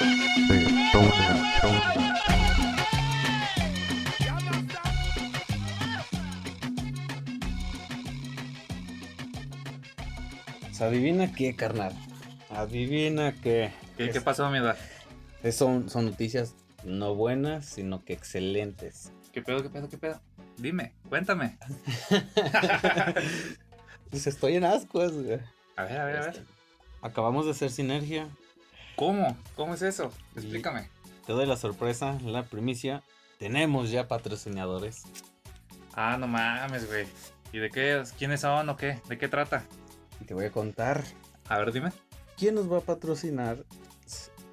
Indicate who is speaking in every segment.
Speaker 1: Daytona, Daytona.
Speaker 2: Pues, adivina qué, carnal. Adivina qué.
Speaker 3: ¿Qué,
Speaker 2: Es-
Speaker 3: qué pasó, mi edad?
Speaker 2: es- son, son noticias no buenas, sino que excelentes.
Speaker 3: ¿Qué pedo, qué pedo, qué pedo? Dime, cuéntame.
Speaker 2: Pues estoy en ascuas, güey. Este,
Speaker 3: A ver, a ver, a ver.
Speaker 2: Acabamos de hacer sinergia.
Speaker 3: ¿Cómo? ¿Cómo es eso? Explícame.
Speaker 2: Te doy la sorpresa, la primicia. Tenemos ya patrocinadores.
Speaker 3: Ah, no mames, güey. ¿Y de qué? ¿Quiénes son o qué? ¿De qué trata?
Speaker 2: Y te voy a contar.
Speaker 3: A ver, dime.
Speaker 2: ¿Quién nos va a patrocinar?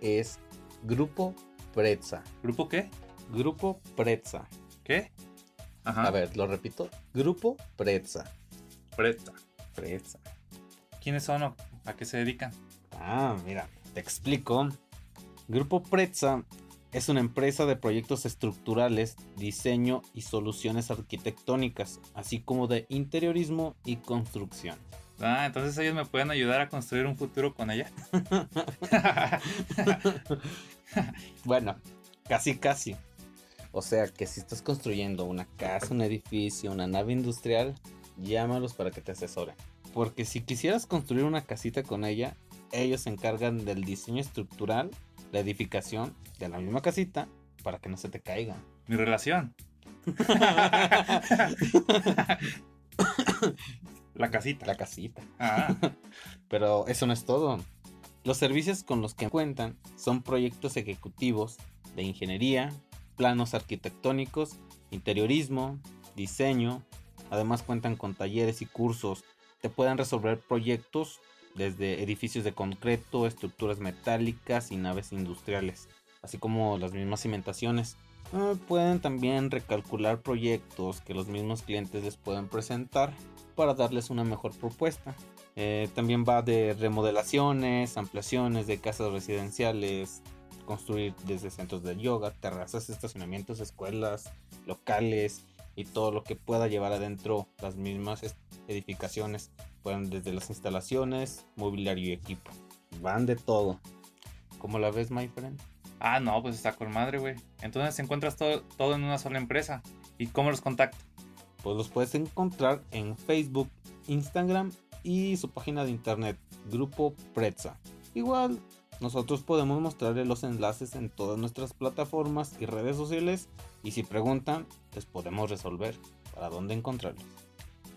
Speaker 2: Es Grupo Pretza.
Speaker 3: ¿Grupo qué?
Speaker 2: Grupo Pretza.
Speaker 3: ¿Qué? Ajá.
Speaker 2: A ver, lo repito. Grupo Pretza.
Speaker 3: Preta.
Speaker 2: Pretza.
Speaker 3: ¿Quiénes son o a qué se dedican?
Speaker 2: Ah, mira, te explico. Grupo Pretza es una empresa de proyectos estructurales, diseño y soluciones arquitectónicas, así como de interiorismo y construcción.
Speaker 3: Ah, entonces ellos me pueden ayudar a construir un futuro con ella.
Speaker 2: Bueno, casi casi. O sea que si estás construyendo una casa, un edificio, una nave industrial, llámalos para que te asesoren. Porque si quisieras construir una casita con ella, ellos se encargan del diseño estructural, la edificación de la misma casita, para que no se te caiga.
Speaker 3: Mi relación. La casita.
Speaker 2: la casita.
Speaker 3: Ah,
Speaker 2: Pero eso no es todo. Los servicios con los que cuentan son proyectos ejecutivos de ingeniería, planos arquitectónicos, interiorismo, diseño. Además cuentan con talleres y cursos. Te pueden resolver proyectos desde edificios de concreto, estructuras metálicas y naves industriales, así como las mismas cimentaciones. Ah, Pueden también recalcular proyectos que los mismos clientes les pueden presentar para darles una mejor propuesta. Eh, también va de remodelaciones, ampliaciones de casas residenciales, construir desde centros de yoga, terrazas, estacionamientos, escuelas, locales y todo lo que pueda llevar adentro las mismas est- edificaciones. Pueden desde las instalaciones, mobiliario y equipo. Van de todo. ¿Cómo la ves, my friend?
Speaker 3: ah no, pues está con madre, güey. Entonces encuentras todo, todo en una sola empresa. ¿Y cómo los contacto?
Speaker 2: Pues los puedes encontrar en Facebook, Instagram y su página de internet, Grupo Pretza. Igual, nosotros podemos mostrarles los enlaces en todas nuestras plataformas y redes sociales y si preguntan, les podemos resolver para dónde encontrarlos.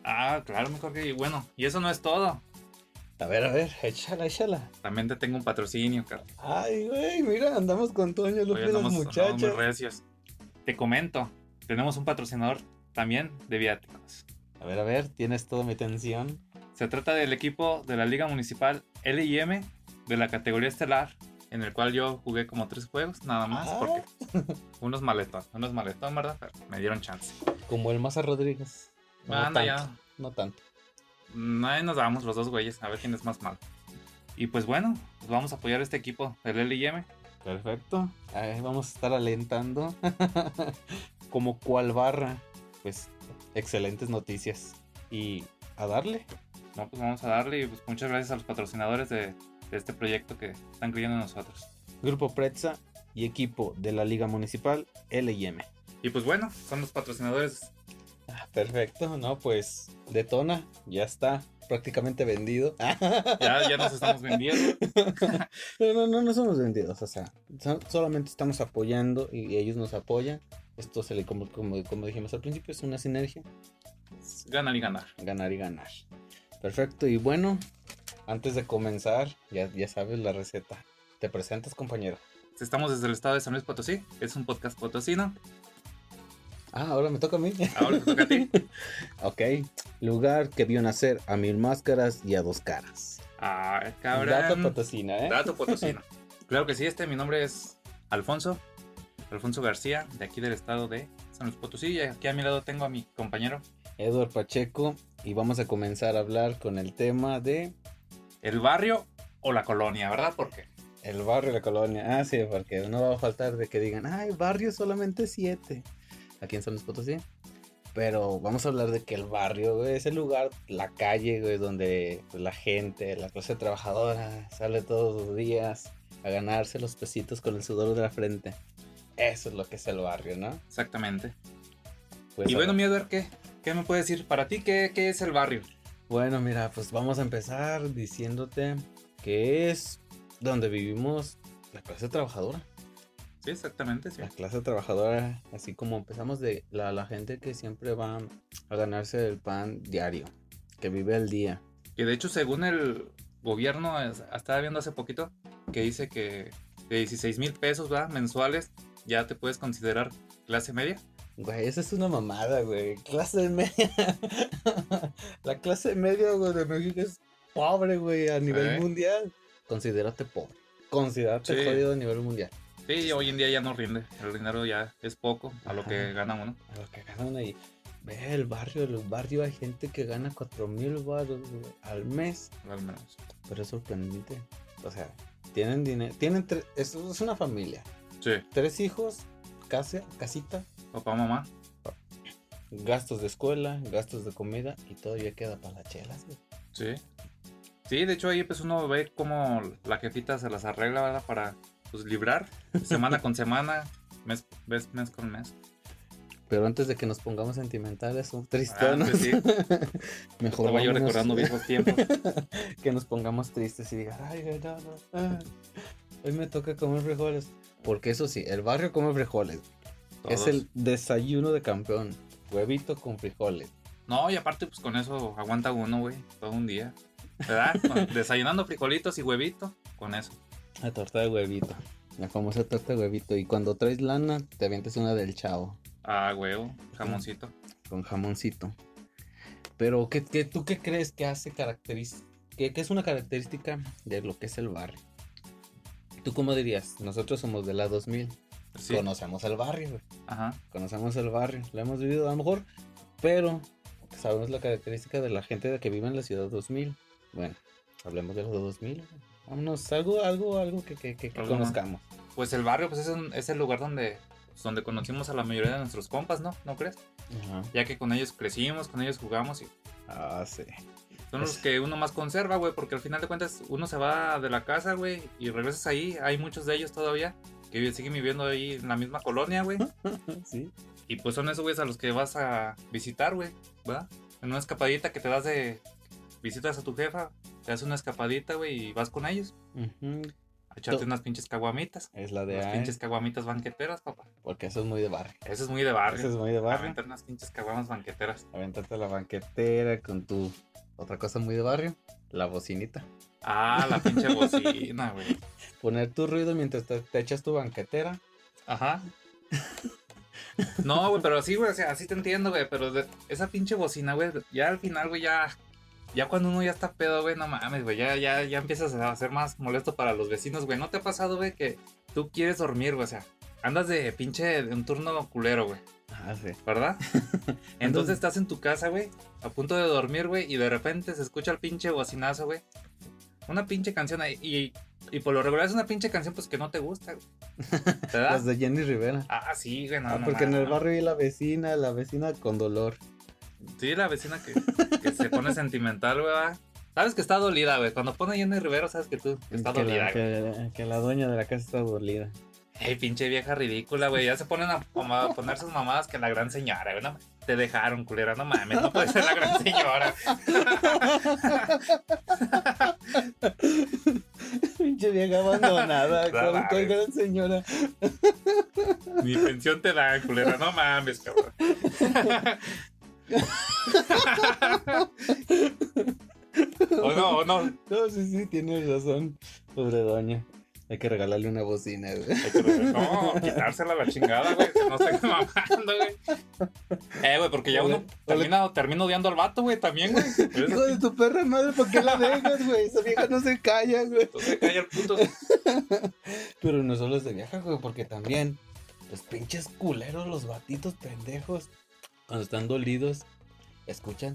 Speaker 3: Ah, claro, mejor que. Y bueno, y eso no es todo.
Speaker 2: A ver, a ver, échala, échala.
Speaker 3: También te tengo un patrocinio, cara.
Speaker 2: Ay, güey, mira, andamos con Toño
Speaker 3: Oye, andamos- andamos muy recios. Te comento, tenemos un patrocinador también de viáticos.
Speaker 2: A ver, a ver, tienes toda mi atención.
Speaker 3: Se trata del equipo de la Liga Municipal LIM de la categoría estelar, en el cual yo jugué como tres juegos, nada más,
Speaker 2: Ah.
Speaker 3: porque unos maletón, unos maletón, ¿verdad? Pero me dieron chance.
Speaker 2: Como el Maza Rodríguez. No
Speaker 3: Anda,
Speaker 2: tanto,
Speaker 3: ya.
Speaker 2: no tanto.
Speaker 3: Mm, Ahí nos damos los dos güeyes, a ver quién es más malo. Y pues bueno, pues vamos a apoyar a este equipo del LIM.
Speaker 2: Perfecto. Ahí vamos a estar alentando. Como cual barra. Pues excelentes noticias. Y a darle.
Speaker 3: No, pues vamos a darle y pues muchas gracias a los patrocinadores de, de este proyecto que están creyendo en nosotros.
Speaker 2: Grupo Pretza y equipo de la Liga Municipal LIM.
Speaker 3: Y pues bueno, son los patrocinadores.
Speaker 2: Ah, perfecto. No, pues detona. Ya está prácticamente vendido.
Speaker 3: Ya, ya nos estamos vendiendo.
Speaker 2: No, no, no, no somos vendidos, o sea, so- solamente estamos apoyando y ellos nos apoyan. Esto se le, como, como, como dijimos al principio, es una sinergia,
Speaker 3: Es Ganar y ganar.
Speaker 2: ganar y ganar. Perfecto, y bueno, antes de comenzar, ya, ya sabes la receta. Te presentas, compañero.
Speaker 3: Estamos desde el estado de San Luis Potosí. Es un podcast potosino.
Speaker 2: Ah, ahora me toca a mí.
Speaker 3: Ahora te toca a ti.
Speaker 2: ok, lugar que vio nacer a mil máscaras y a dos caras.
Speaker 3: Ah,
Speaker 2: Dato
Speaker 3: cabrón.
Speaker 2: potosina, ¿eh?
Speaker 3: Dato potosino. Claro que sí, este mi nombre es Alfonso, Alfonso García, de aquí del estado de San Luis Potosí. Y aquí a mi lado tengo a mi compañero,
Speaker 2: Edward Pacheco y vamos a comenzar a hablar con el tema de
Speaker 3: el barrio o la colonia, ¿verdad? Porque
Speaker 2: el barrio y la colonia. Ah, sí, porque no va a faltar de que digan, ay, barrio solamente siete. Aquí en San Luis Potosí. Pero vamos a hablar de que el barrio güey, es el lugar, la calle, güey, donde pues, la gente, la clase trabajadora, sale todos los días a ganarse los pesitos con el sudor de la frente. Eso es lo que es el barrio, ¿no?
Speaker 3: exactamente.
Speaker 2: Pues,
Speaker 3: y
Speaker 2: a
Speaker 3: bueno,
Speaker 2: ver.
Speaker 3: mi Edward, ¿qué, ¿qué me puedes decir? Para ti, ¿qué, qué es el barrio?
Speaker 2: Bueno, mira, pues vamos a empezar diciéndote que es donde vivimos la clase trabajadora.
Speaker 3: Sí, exactamente, sí.
Speaker 2: La clase trabajadora, así como empezamos de la, la gente que siempre va a ganarse el pan diario, que vive el día.
Speaker 3: Que de hecho, según el gobierno, es- estaba viendo hace poquito, que dice que de 16 mil pesos ¿verdad? mensuales ya te puedes considerar clase media.
Speaker 2: Güey, esa es una mamada, güey. Clase media. la clase media, güey, de México es pobre, güey, a nivel
Speaker 3: Sí.
Speaker 2: mundial. Considérate pobre. Considérate
Speaker 3: Sí.
Speaker 2: jodido a nivel mundial.
Speaker 3: Sí, hoy en día ya no rinde. El dinero ya es poco a lo que
Speaker 2: Ajá.
Speaker 3: gana uno.
Speaker 2: A lo que ganan ahí. Ve el barrio, el barrio hay gente que gana 4 mil baros al mes.
Speaker 3: Al menos.
Speaker 2: Pero es sorprendente. O sea, tienen dinero. Tienen tres. Es, es una familia.
Speaker 3: Sí,
Speaker 2: Tres hijos, casa, casita,
Speaker 3: papá, mamá.
Speaker 2: gastos de escuela, gastos de comida y todavía queda para las chelas. güey.
Speaker 3: Sí. Sí, de hecho ahí pues uno ve cómo la jefita se las arregla, ¿verdad? Para pues librar semana con semana, mes, mes, mes con mes.
Speaker 2: Pero antes de que nos pongamos sentimentales o
Speaker 3: Ah,
Speaker 2: tristones,
Speaker 3: pues, sí,
Speaker 2: mejor
Speaker 3: estaba yo
Speaker 2: vámonos-
Speaker 3: recordando viejos tiempos.
Speaker 2: que nos pongamos tristes y digas, ay, güey, no, no, ah, hoy me toca comer frijoles. Porque eso sí, el barrio come frijoles. Es
Speaker 3: Todos.
Speaker 2: el desayuno de campeón. Huevito con frijoles.
Speaker 3: No, y aparte, pues con eso aguanta uno, güey, todo un día. ¿Verdad? Con- desayunando frijolitos y huevito, con eso.
Speaker 2: La torta de huevito. La famosa torta de huevito. Y cuando traes lana, te avientes una del chavo.
Speaker 3: Ah, huevo, jamoncito.
Speaker 2: Con jamoncito. Pero, ¿qué, qué- tú qué crees que hace característica? ¿Qué, qué es una característica de lo que es el barrio? ¿Tú cómo dirías? Nosotros somos de la 2000.
Speaker 3: Sí.
Speaker 2: Conocemos el barrio, güey.
Speaker 3: Ajá.
Speaker 2: Conocemos el barrio. Lo hemos vivido a lo mejor. Pero, sabemos la característica de la gente que vive en la ciudad 2000. Bueno, hablemos de los 2000. güey. Vámonos, algo, algo, algo que, que- que- que
Speaker 3: Algo más.
Speaker 2: conozcamos.
Speaker 3: Pues el barrio, pues es, un- es el lugar donde, pues, donde conocimos a la mayoría de nuestros compas, ¿no? ¿No crees?
Speaker 2: Ajá.
Speaker 3: Ya que con ellos crecimos, con ellos jugamos y
Speaker 2: Ah, sí.
Speaker 3: son los
Speaker 2: Pues-
Speaker 3: que uno más conserva, güey, porque al final de cuentas uno se va de la casa, güey, y regresas ahí. Hay muchos de ellos todavía que vi- siguen viviendo ahí en la misma colonia, güey.
Speaker 2: Sí.
Speaker 3: Y pues son esos güeyes a los que vas a visitar, güey, ¿verdad? En una escapadita que te das de. Visitas a tu jefa, te das una escapadita, güey, y vas con ellos a echarte
Speaker 2: To-
Speaker 3: unas pinches caguamitas.
Speaker 2: Es la de
Speaker 3: Unas
Speaker 2: ay,
Speaker 3: pinches caguamitas banqueteras, papá.
Speaker 2: porque eso es muy de barrio.
Speaker 3: Eso es muy de barrio.
Speaker 2: Eso es muy de barrio.
Speaker 3: Aventar unas pinches caguamas banqueteras.
Speaker 2: Aventarte a la banquetera con tu otra cosa muy de barrio, la bocinita.
Speaker 3: Ah, la pinche bocina, güey.
Speaker 2: Poner tu ruido mientras te, te echas tu banquetera.
Speaker 3: Ajá. No, güey, pero así, güey, o sea, así te entiendo, güey, pero de- esa pinche bocina, güey, ya al final, güey, ya, ya cuando uno ya está pedo, güey, no mames, güey, ya, ya, ya empiezas a ser más molesto para los vecinos, güey, ¿no te ha pasado, güey, que tú quieres dormir, güey, o sea, andas de pinche, de un turno culero, güey,
Speaker 2: Ah, sí.
Speaker 3: ¿verdad? Entonces estás en tu casa, güey, a punto de dormir, güey, y de repente se escucha el pinche bocinazo, güey, una pinche canción ahí, y, y por lo regular es una pinche canción, pues, que no te gusta, güey, ¿verdad?
Speaker 2: Las de Jenny Rivera.
Speaker 3: Ah, sí, güey, no,
Speaker 2: Ah,
Speaker 3: no
Speaker 2: porque en
Speaker 3: mames,
Speaker 2: el
Speaker 3: no.
Speaker 2: barrio y la vecina, la vecina con dolor.
Speaker 3: Sí, la vecina que, que se pone sentimental, güey. va. Sabes que está dolida, güey. Cuando pone Jenny Rivero, sabes que tú que está
Speaker 2: que,
Speaker 3: dolida,
Speaker 2: la,
Speaker 3: güey.
Speaker 2: que- que la dueña de la casa está dolida.
Speaker 3: Ey, pinche vieja ridícula, güey. Ya se ponen a, como a poner sus mamadas que la gran señora, güey. No, te dejaron, culera, no mames, no puede ser la gran señora.
Speaker 2: Pinche vieja abandonada.
Speaker 3: No
Speaker 2: con- con
Speaker 3: mames.
Speaker 2: gran señora.
Speaker 3: Ni pensión te dan, culera, no mames, cabrón. o no, o no.
Speaker 2: No, sí, sí, tienes razón. Pobre doña. Hay que regalarle una bocina, güey.
Speaker 3: Hay que re- No, quitársela a la chingada, güey. Que no estén mamando, güey. Eh, güey, porque ya
Speaker 2: Ole,
Speaker 3: uno termina, termina odiando al vato, güey, también, güey.
Speaker 2: Hijo de tu perra madre, ¿por qué la dejas, güey? Esa vieja no se calla, güey.
Speaker 3: Entonces calla el puto.
Speaker 2: Pero no solo es de vieja, güey, porque también los pinches culeros, los batitos pendejos, cuando están dolidos, escuchan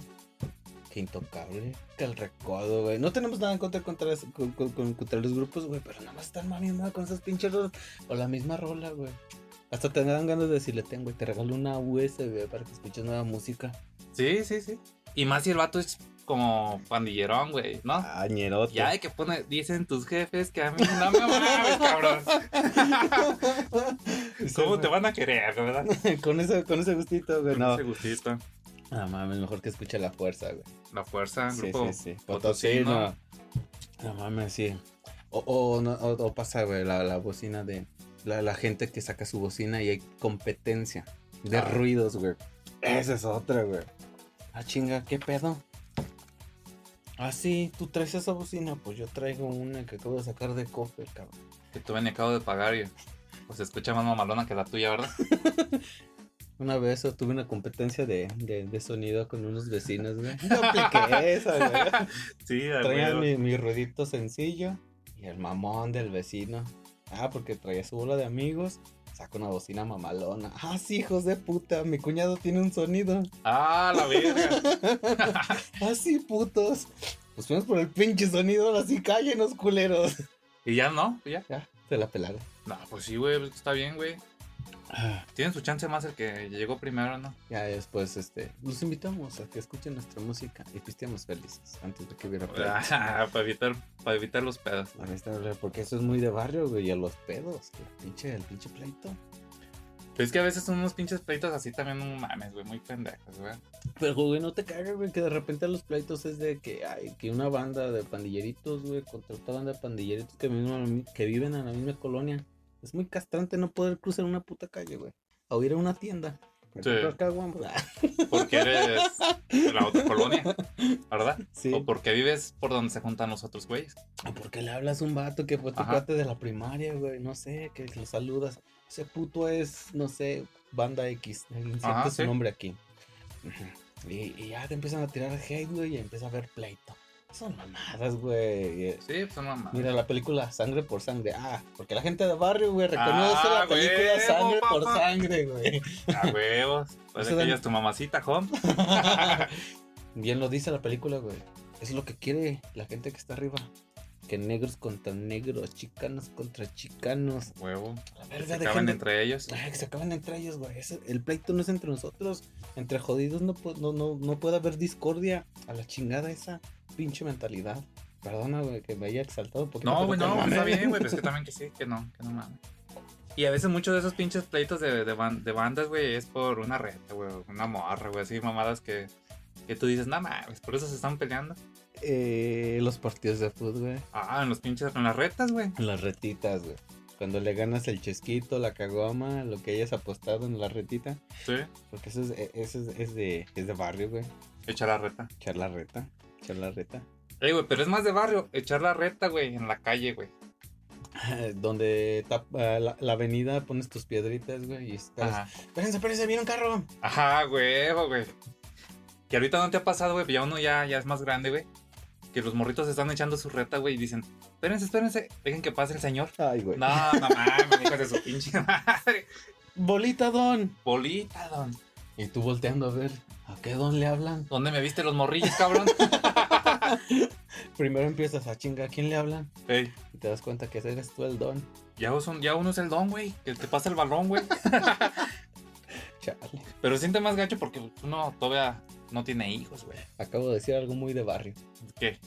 Speaker 2: que intocable, que el recodo, güey. No tenemos nada en contra contra, con- con- con- contra los grupos, güey, pero nada más están mamiando con esas pinches rolas o la misma rola, güey. Hasta te dan ganas de decirle, ten, güey, te regalo una USB para que escuches nueva música.
Speaker 3: Sí, sí, sí. Y más si el vato es como pandillerón, güey, ¿no?
Speaker 2: Ah, Añerote.
Speaker 3: Ya de que pone, dicen tus jefes que a mí no me mames, cabrón. ¿Cómo te van a querer, verdad?
Speaker 2: con, ese, con ese gustito, güey. No,
Speaker 3: Ese gustito.
Speaker 2: Ah, mames, mejor que escuche la fuerza, güey.
Speaker 3: La fuerza,
Speaker 2: Sí,
Speaker 3: grupo.
Speaker 2: sí, sí. Potosino. No mames, sí. O, o, no- o- o pasa, güey, la, la bocina de. La, la gente que saca su bocina y hay competencia de
Speaker 3: Ah.
Speaker 2: ruidos, güey. Esa es otra, güey. Ah, chinga, ¿qué pedo? Ah, sí, tú traes esa bocina. Pues yo traigo una que acabo de sacar de cofre, cabrón.
Speaker 3: Que tú me acabo de pagar y pues se escucha más mamalona que la tuya, ¿verdad?
Speaker 2: Una vez oh, tuve una competencia de, de, de sonido con unos vecinos, güey. Yo apliqué esa, güey.
Speaker 3: Sí,
Speaker 2: Traían mi, mi ruidito sencillo y el mamón del vecino. Ah, porque traía su bola de amigos. Saca una bocina mamalona. Ah, sí, hijos de puta. Mi cuñado tiene un sonido.
Speaker 3: Ah, la verga.
Speaker 2: Ah, sí, putos. Pues fuimos por el pinche sonido. Ahora sí, cállenos, culeros.
Speaker 3: ¿Y ya no? ¿Ya?
Speaker 2: Ya, se la pelaron.
Speaker 3: No, pues sí, güey, pues, está bien, güey.
Speaker 2: Ah,
Speaker 3: Tienen su chance más el que llegó primero, ¿no?
Speaker 2: Ya después, este, los invitamos a que escuchen nuestra música y pisteamos felices antes de que hubiera pedos.
Speaker 3: para evitar, para evitar los pedos.
Speaker 2: Ahí está, Porque eso es muy de barrio, güey, y a los pedos. El pinche, el pinche pleito.
Speaker 3: Pero es que a veces son unos pinches pleitos así también, no mames, güey, muy pendejos, güey.
Speaker 2: Pero, güey, no te cagas, güey, que de repente los pleitos es de que hay que una banda de pandilleritos, güey, contra otra banda de pandilleritos que, viven a la mi- que viven en la misma colonia. Es muy castrante no poder cruzar una puta calle, güey. O ir a una tienda. Me
Speaker 3: Sí.
Speaker 2: compro caguamas. Ah,
Speaker 3: Porque eres de la otra colonia, ¿verdad?
Speaker 2: Sí.
Speaker 3: O porque vives por donde se juntan los otros güeyes.
Speaker 2: O porque le hablas a un vato que fue tu
Speaker 3: Ajá.
Speaker 2: cuate de la primaria, güey, no sé, que lo saludas. Ese puto es, no sé, banda X, inserta
Speaker 3: Ajá,
Speaker 2: su
Speaker 3: sí.
Speaker 2: nombre aquí. Ujú. Y, y ya te empiezan a tirar hate, güey, y empieza a haber pleito. Son mamadas, güey. y-
Speaker 3: Sí, pues son mamás.
Speaker 2: Mira la película Sangre por Sangre. Ah, porque la gente de barrio, güey, reconoce
Speaker 3: Ah,
Speaker 2: la película
Speaker 3: huevo,
Speaker 2: Sangre por
Speaker 3: papá.
Speaker 2: Sangre, güey.
Speaker 3: A huevos.
Speaker 2: Eso
Speaker 3: Parece que
Speaker 2: dan-
Speaker 3: ella es tu mamacita, home.
Speaker 2: Bien lo dice la película, güey. Es lo que quiere la gente que está arriba. Que negros contra negros, chicanos contra chicanos.
Speaker 3: Huevo.
Speaker 2: A La
Speaker 3: Que
Speaker 2: verga
Speaker 3: se
Speaker 2: de
Speaker 3: caben
Speaker 2: gente.
Speaker 3: entre ellos.
Speaker 2: Ah, que se acaban entre ellos, güey. Ese- el pleito no es entre nosotros. Entre jodidos no, pu- no, no, no puede haber discordia. A la chingada esa pinche mentalidad. Perdona, güey, que me haya exaltado un poquito.
Speaker 3: No,
Speaker 2: pero
Speaker 3: güey, no,
Speaker 2: mames.
Speaker 3: está bien, güey, pues, pero es que también que sí, que no, que no mames. Y a veces muchos de esos pinches pleitos de, de, ban- de bandas, güey, es por una reta, güey, una morra, güey, así mamadas que, que tú dices, no mames, por eso se están peleando.
Speaker 2: Eh, los partidos de fútbol, güey.
Speaker 3: Ah, en los pinches, en las retas, güey.
Speaker 2: Las retitas, güey. Cuando le ganas el chesquito, la caguama, lo que hayas apostado en la retita.
Speaker 3: Sí,
Speaker 2: Porque eso es, eh, eso es, es de, es de barrio, güey.
Speaker 3: echar la reta.
Speaker 2: Echar la reta. Echar la reta.
Speaker 3: Ey, güey, pero es más de barrio, echar la reta, güey, en la calle, güey.
Speaker 2: Donde tap- ah, la, la avenida pones tus piedritas, güey. Y estás.
Speaker 3: Ajá.
Speaker 2: Espérense, espérense, viene un carro.
Speaker 3: Ajá, güey, güey. Que ahorita no te ha pasado, güey, pero ya uno ya, ya es más grande, güey. Que los morritos están echando su reta, güey, y dicen, espérense, espérense, dejen que pase el señor.
Speaker 2: Ay, güey.
Speaker 3: No, no mames, hijos de su pinche madre.
Speaker 2: Bolita, don.
Speaker 3: Bolita, don.
Speaker 2: Y tú volteando a ver. ¿A qué don le hablan?
Speaker 3: ¿Dónde me viste los morrillos, cabrón?
Speaker 2: Primero empiezas a chingar. ¿A quién le hablan?
Speaker 3: Ey,
Speaker 2: Y te das cuenta que ese eres tú el don.
Speaker 3: ya, vos son- ya uno es el don, güey. El que pasa el balón, güey.
Speaker 2: Chale.
Speaker 3: Pero siente más gacho porque uno todavía no tiene hijos, güey.
Speaker 2: Acabo de decir algo muy de barrio.
Speaker 3: ¿Qué?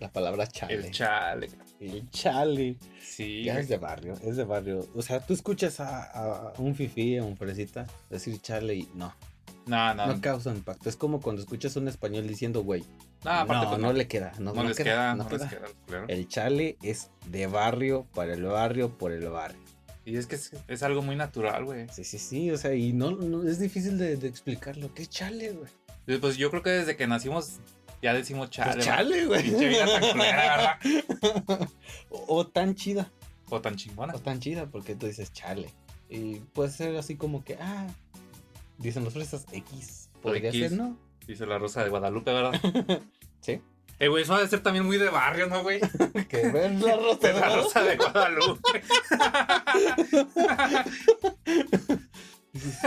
Speaker 2: La palabra chale.
Speaker 3: El chale.
Speaker 2: El chale.
Speaker 3: Sí.
Speaker 2: Ya
Speaker 3: güey.
Speaker 2: es de barrio, es de barrio. O sea, tú escuchas a, a un fifí, a un fresita decir chale y no,
Speaker 3: No, no.
Speaker 2: no
Speaker 3: No,
Speaker 2: causa impacto. Es como cuando escuchas a un español diciendo güey.
Speaker 3: aparte,
Speaker 2: no,
Speaker 3: pues,
Speaker 2: no,
Speaker 3: no,
Speaker 2: le queda, no,
Speaker 3: no
Speaker 2: no
Speaker 3: les
Speaker 2: queda,
Speaker 3: queda,
Speaker 2: no
Speaker 3: no les
Speaker 2: queda. Eh.
Speaker 3: queda, claro.
Speaker 2: El chale es de barrio para el barrio por el barrio.
Speaker 3: Y es que es, es algo muy natural, güey.
Speaker 2: Sí, sí, sí, o sea, y no, no- es difícil de, de explicar lo que es chale, güey.
Speaker 3: Y, Pues yo creo que desde que nacimos ya decimos chale.
Speaker 2: Pues
Speaker 3: va.
Speaker 2: chale,
Speaker 3: Pinche vida tan culera,
Speaker 2: güey.
Speaker 3: ¿verdad?
Speaker 2: o, o tan chida.
Speaker 3: o tan chingona.
Speaker 2: No tan chida porque tú dices chale. Y puede ser así como que, ah, dicen los fresas X. Podría
Speaker 3: X.
Speaker 2: ser, ¿no?
Speaker 3: Dice la Rosa de Guadalupe, ¿verdad?
Speaker 2: Sí.
Speaker 3: Eh, güey, eso ha de ser también muy de barrio, ¿no, güey?
Speaker 2: Que ver la rosa
Speaker 3: De
Speaker 2: de
Speaker 3: la
Speaker 2: Guadalupe.
Speaker 3: Rosa de Guadalupe.
Speaker 2: Dices,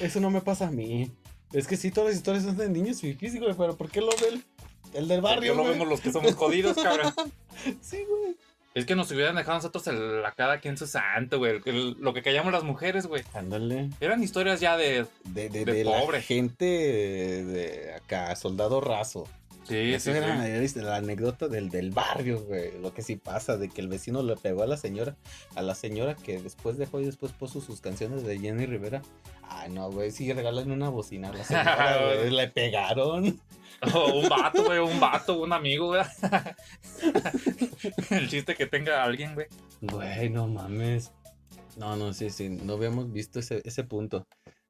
Speaker 2: Eso no me pasa a mí. Es que sí, todas las historias son de niños fifís, güey, pero ¿por qué lo ve el, el del barrio,
Speaker 3: Yo lo
Speaker 2: güey?
Speaker 3: vemos los que somos jodidos, cabrón.
Speaker 2: Sí, güey.
Speaker 3: Es que nos hubieran dejado a nosotros el, a cada quien su santo, güey. el- lo que callamos las mujeres, güey.
Speaker 2: Ándale.
Speaker 3: Eran historias ya de.
Speaker 2: De, de,
Speaker 3: De
Speaker 2: de la
Speaker 3: pobre.
Speaker 2: gente de, de acá, soldado raso.
Speaker 3: Sí,
Speaker 2: Eso
Speaker 3: sí,
Speaker 2: era
Speaker 3: sí.
Speaker 2: la, la anécdota del, del barrio, güey. Lo que sí pasa, de que el vecino le pegó a la señora, a la señora que después dejó y después puso sus canciones de Jenny Rivera. Ay, no, güey, sí, regalan una bocina a la señora, güey. Le pegaron.
Speaker 3: O Oh, un vato, güey, un vato, un amigo, güey. El chiste que tenga alguien, güey.
Speaker 2: Güey, no mames. No, no, sí, sí, no habíamos visto ese, ese punto.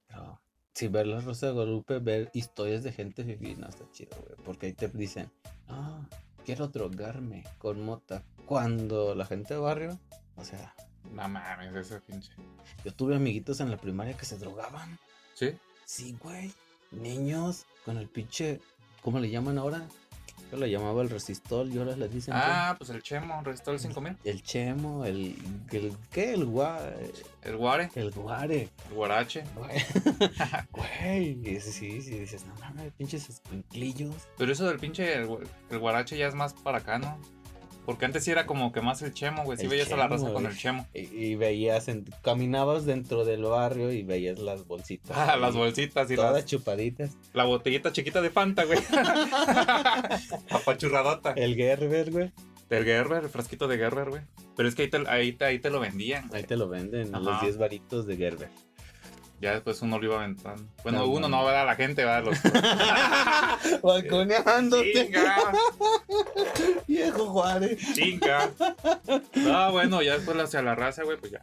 Speaker 2: Pero sí, ver la Rosa de Guadalupe, ver historias de gente vivir, no está chido, güey. Porque ahí te dicen, ah, quiero drogarme con mota. Cuando la gente de barrio, o sea,
Speaker 3: No mames, ese pinche.
Speaker 2: yo tuve amiguitos en la primaria que se drogaban.
Speaker 3: Sí.
Speaker 2: Sí, güey. Niños con el pinche, ¿cómo le llaman ahora? Yo le llamaba el resistol y ahora le dicen ¿qué?
Speaker 3: Ah, pues el Chemo, restó el 5000.
Speaker 2: el chemo, el, el, ¿qué? El gua,
Speaker 3: El Guare,
Speaker 2: el guare.
Speaker 3: el Guarache.
Speaker 2: Güey, Güey, y sí, sí, sí, dices, no mames, pinches escuinclillos.
Speaker 3: Pero eso del pinche, el, gu- el Guarache ya es más para acá, ¿no? Porque antes sí era como que más el Chemo, güey. Sí
Speaker 2: El
Speaker 3: veías a la
Speaker 2: Chemo,
Speaker 3: raza con
Speaker 2: güey.
Speaker 3: el Chemo.
Speaker 2: Y, y veías, en- caminabas dentro del barrio y veías las bolsitas.
Speaker 3: Ah,
Speaker 2: ahí,
Speaker 3: las bolsitas y
Speaker 2: Todas
Speaker 3: las,
Speaker 2: chupaditas.
Speaker 3: la botellita chiquita de Fanta, güey. Apachurradota.
Speaker 2: El Gerber, güey.
Speaker 3: Del Gerber, el frasquito de Gerber, güey. Pero es que ahí te, ahí te, ahí te lo vendían. güey.
Speaker 2: Ahí te lo venden, a los
Speaker 3: Ajá.
Speaker 2: 10 varitos de Gerber.
Speaker 3: Ya después uno lo iba aventando. Bueno,
Speaker 2: No,
Speaker 3: uno
Speaker 2: no.
Speaker 3: no, ¿verdad? La gente, ¿verdad? Los...
Speaker 2: Balconeándote,
Speaker 3: ¡Chinga!
Speaker 2: viejo Juárez.
Speaker 3: ¡Chinga! No, bueno, ya después hacia la raza, güey, pues ya.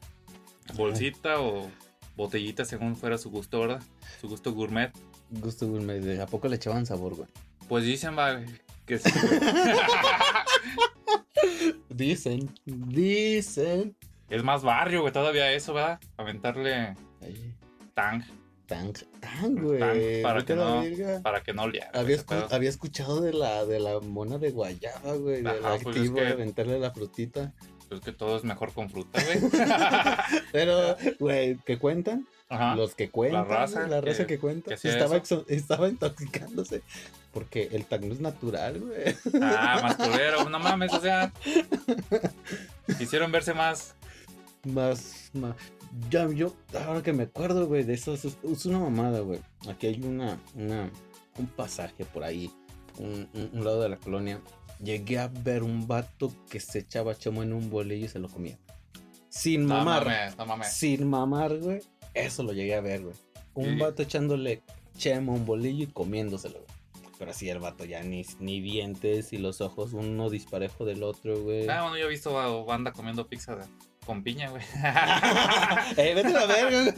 Speaker 3: Bolsita o botellita según fuera su gusto, ¿verdad? Su gusto gourmet.
Speaker 2: Gusto gourmet, de- ¿a poco le echaban sabor, güey?
Speaker 3: Pues dicen, va, güey, que sí. güey.
Speaker 2: Dicen, dicen.
Speaker 3: Es más barrio, güey, todavía eso, ¿verdad? Aventarle
Speaker 2: Ay,
Speaker 3: tang
Speaker 2: Tan, tan, güey.
Speaker 3: Tan, para
Speaker 2: vete
Speaker 3: que
Speaker 2: a la
Speaker 3: no-
Speaker 2: verga.
Speaker 3: para que no le
Speaker 2: Había, escu- había escuchado de la, de la mona de guayaba, güey, del
Speaker 3: Ajá, pues es
Speaker 2: activo,
Speaker 3: que-
Speaker 2: de aventarle la frutita.
Speaker 3: Es que todo es mejor con fruta, güey.
Speaker 2: Pero, güey, ¿qué cuentan?
Speaker 3: Ajá.
Speaker 2: Los que cuentan. güey, La
Speaker 3: Ah, raza
Speaker 2: raza,
Speaker 3: que-
Speaker 2: que, cuenta.
Speaker 3: que hacía
Speaker 2: estaba,
Speaker 3: eso.
Speaker 2: exo- estaba intoxicándose. Porque el tag no es natural, güey.
Speaker 3: Ah, más culero, no mames, o sea. Quisieron verse más.
Speaker 2: Más, más. Ya, yo, ahora que me acuerdo, güey, de eso, eso es, es una mamada, güey. Aquí hay una, una, un pasaje por ahí, un, un- un lado de la colonia. Llegué a ver un vato que se echaba chamo en un bolillo y se lo comía. Sin
Speaker 3: No
Speaker 2: mamar.
Speaker 3: mames, no mames.
Speaker 2: sin mamar, güey. Eso lo llegué a ver, güey. Un
Speaker 3: Sí.
Speaker 2: vato echándole chemo a un bolillo y comiéndoselo, güey. Pero así el vato ya ni, ni dientes y los ojos uno disparejo del otro, güey.
Speaker 3: Ah, bueno, yo he visto a banda comiendo pizza de- con piña, güey.
Speaker 2: ¡Eh, vete a la verga! güey.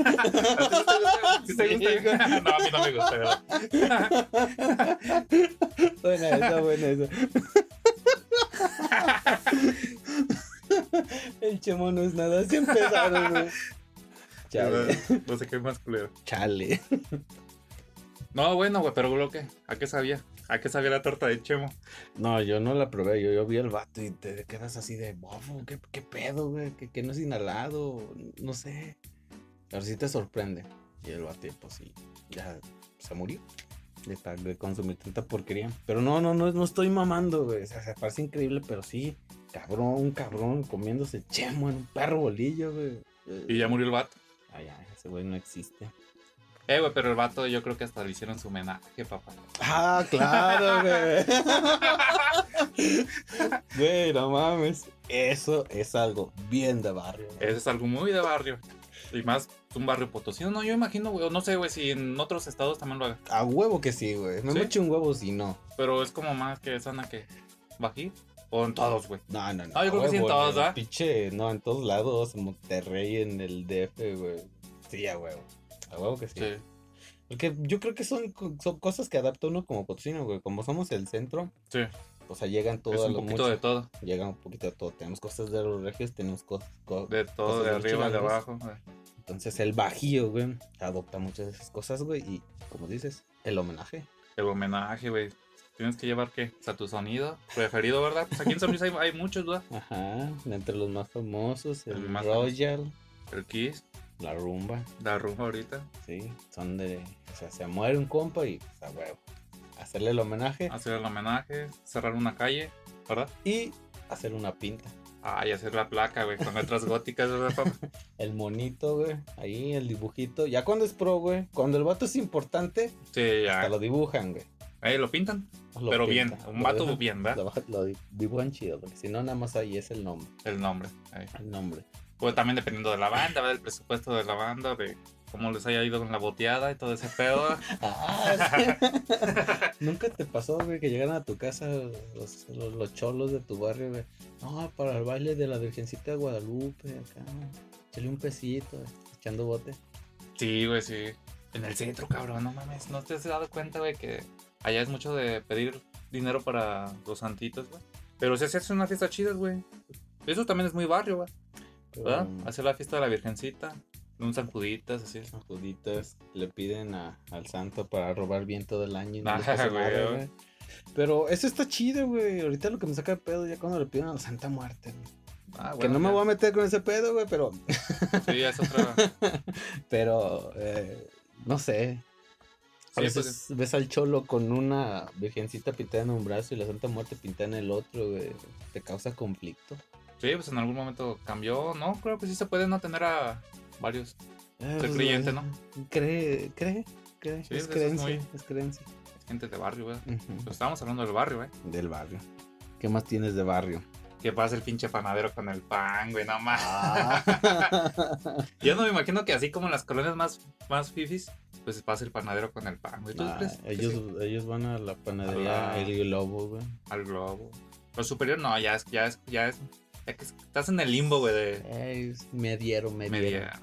Speaker 3: ¿Sí te gusta?
Speaker 2: Sí, güey.
Speaker 3: No, a mí no me gusta, ¿verdad?
Speaker 2: Buena esa, buena esa. El chemo no es nada, así empezaron, güey. Chale.
Speaker 3: No sé qué más culero.
Speaker 2: Chale.
Speaker 3: No, bueno, güey, pero lo que, ¿a qué sabía? ¿A qué sabía la torta de Chemo?
Speaker 2: No, yo no la probé, yo, yo vi el vato y te quedas así de bofo, ¿qué, qué pedo, güey? ¿Que, que no es inhalado, no sé. Pero sí te sorprende. Y el vato, pues sí, ya se murió de, ta- de consumir tanta porquería. Pero no, no, no, no estoy mamando, güey. O sea, se parece increíble, pero sí, cabrón, un cabrón comiéndose chemo en un perro bolillo, güey.
Speaker 3: Y ya murió el vato.
Speaker 2: Ay, ay, ese güey no existe.
Speaker 3: Eh, güey, pero el vato yo creo que hasta le hicieron su homenaje, papá.
Speaker 2: Ah, claro, güey. Güey, no mames. Eso es algo bien de barrio. güey.
Speaker 3: Eso es algo muy de barrio. Y más un barrio potosino. No, yo imagino, güey. o No sé, güey, si en otros estados también lo hagan.
Speaker 2: A huevo que sí, güey. Me
Speaker 3: ¿Sí?
Speaker 2: mocho un huevo si no.
Speaker 3: Pero es como más que sana que bají. O en todos, güey.
Speaker 2: No, no, no.
Speaker 3: Ah, yo
Speaker 2: a
Speaker 3: creo que sí en
Speaker 2: huevo,
Speaker 3: todos,
Speaker 2: güey.
Speaker 3: ¿verdad?
Speaker 2: Pinche, no, en todos lados. En Monterrey, en el DF, güey. Sí, a huevo. A huevo que sí.
Speaker 3: Sí.
Speaker 2: Porque yo creo que son, co- son cosas que adapta uno como potosino, güey. Como somos el centro,
Speaker 3: Sí.
Speaker 2: O sea, llegan
Speaker 3: Es
Speaker 2: todo a
Speaker 3: un
Speaker 2: lo
Speaker 3: poquito
Speaker 2: mucho.
Speaker 3: de todo.
Speaker 2: Llegan un poquito de todo. Tenemos cosas de los regios, tenemos cosas.
Speaker 3: De todo,
Speaker 2: Cosas
Speaker 3: de
Speaker 2: de los
Speaker 3: arriba, de
Speaker 2: chilangos.
Speaker 3: abajo. güey.
Speaker 2: Entonces el bajío, güey, adopta muchas de esas cosas, güey. Y como dices, el homenaje.
Speaker 3: El homenaje, güey. Tienes que llevar qué? O sea, tu sonido preferido, ¿verdad? Pues aquí en San Luis hay, hay muchos, ¿verdad?
Speaker 2: Ajá. de Entre los más famosos, el,
Speaker 3: El más
Speaker 2: Royal,
Speaker 3: El Kiss,
Speaker 2: la rumba.
Speaker 3: la rumba ahorita.
Speaker 2: Sí. Son de. O sea, se muere un compa y pues, a huevo. Hacerle el homenaje
Speaker 3: Hacer el homenaje, cerrar una calle, ¿verdad?
Speaker 2: y hacer una pinta.
Speaker 3: Ah, y hacer la placa, güey, con letras góticas, ¿verdad, papá?
Speaker 2: El monito, güey. Ahí el dibujito. Ya cuando es pro, güey. Cuando el vato es importante,
Speaker 3: Sí, ya.
Speaker 2: hasta lo dibujan, güey.
Speaker 3: Ahí lo pintan,
Speaker 2: Lo
Speaker 3: pero
Speaker 2: pintan,
Speaker 3: bien, un
Speaker 2: lo
Speaker 3: vato
Speaker 2: dejan-
Speaker 3: bien, ¿verdad?
Speaker 2: Lo, lo di- dibujan chido, porque si no, nada más ahí es el nombre.
Speaker 3: El nombre. ahí.
Speaker 2: El nombre.
Speaker 3: Pues también dependiendo de la banda, ¿verdad? Del presupuesto de la banda, de cómo les haya ido con la boteada y todo ese pedo.
Speaker 2: Ah, sí. Nunca te pasó, güey, que llegaran a tu casa los, los- los cholos de tu barrio, güey. No, para el baile de la Virgencita de Guadalupe, acá. Échale un pesito, güey, echando bote.
Speaker 3: Sí, güey, sí. En el centro, cabrón, no mames. ¿No te has dado cuenta, güey, que allá es mucho de pedir dinero para los santitos, güey? Pero si haces una fiesta chida, güey. Eso también es muy barrio, güey.
Speaker 2: Pero,
Speaker 3: ¿Verdad?
Speaker 2: um,
Speaker 3: Hacer la fiesta de la Virgencita, un San Juditas, así.
Speaker 2: Juditas le piden a- al santo para robar bien todo el año. y no
Speaker 3: Ah,
Speaker 2: les pasa nada,
Speaker 3: güey.
Speaker 2: güey. Pero eso está chido, güey. Ahorita lo que me saca de pedo ya cuando le piden a la Santa Muerte. güey.
Speaker 3: Ah,
Speaker 2: que no me voy a meter con ese pedo, güey, pero.
Speaker 3: a... Sí, es otra...
Speaker 2: Pero. eh, no sé. A
Speaker 3: Sí,
Speaker 2: veces
Speaker 3: pues,
Speaker 2: ves al cholo con una virgencita pintada en un brazo y la Santa Muerte pintada en el otro, güey. Te causa conflicto.
Speaker 3: sí, pues en algún momento cambió. No, creo que sí se puede no tener a varios.
Speaker 2: Eh,
Speaker 3: Ser
Speaker 2: pues,
Speaker 3: creyente, ¿no?
Speaker 2: Cree, cree, cree.
Speaker 3: Sí,
Speaker 2: es
Speaker 3: eso es
Speaker 2: creencia,
Speaker 3: muy- Pues,
Speaker 2: es creencia.
Speaker 3: Gente de barrio, güey.
Speaker 2: Ujú.
Speaker 3: Pero estábamos hablando del barrio, güey.
Speaker 2: Del barrio. ¿Qué más tienes de barrio?
Speaker 3: Que pasa el pinche panadero con el pan, güey, no mames. Ah. Yo no me imagino que así como en las colonias más, más fifis, pues pasa el panadero con el pan, güey. ¿Tú
Speaker 2: Ah,
Speaker 3: crees? que
Speaker 2: ellos,
Speaker 3: sí?
Speaker 2: ellos van a la panadería
Speaker 3: A la-
Speaker 2: El Globo, güey.
Speaker 3: Al globo. Lo superior no, ya es, ya es, ya es. Ya que estás en el limbo, güey, de
Speaker 2: Eh, es mediero, mediero.
Speaker 3: media.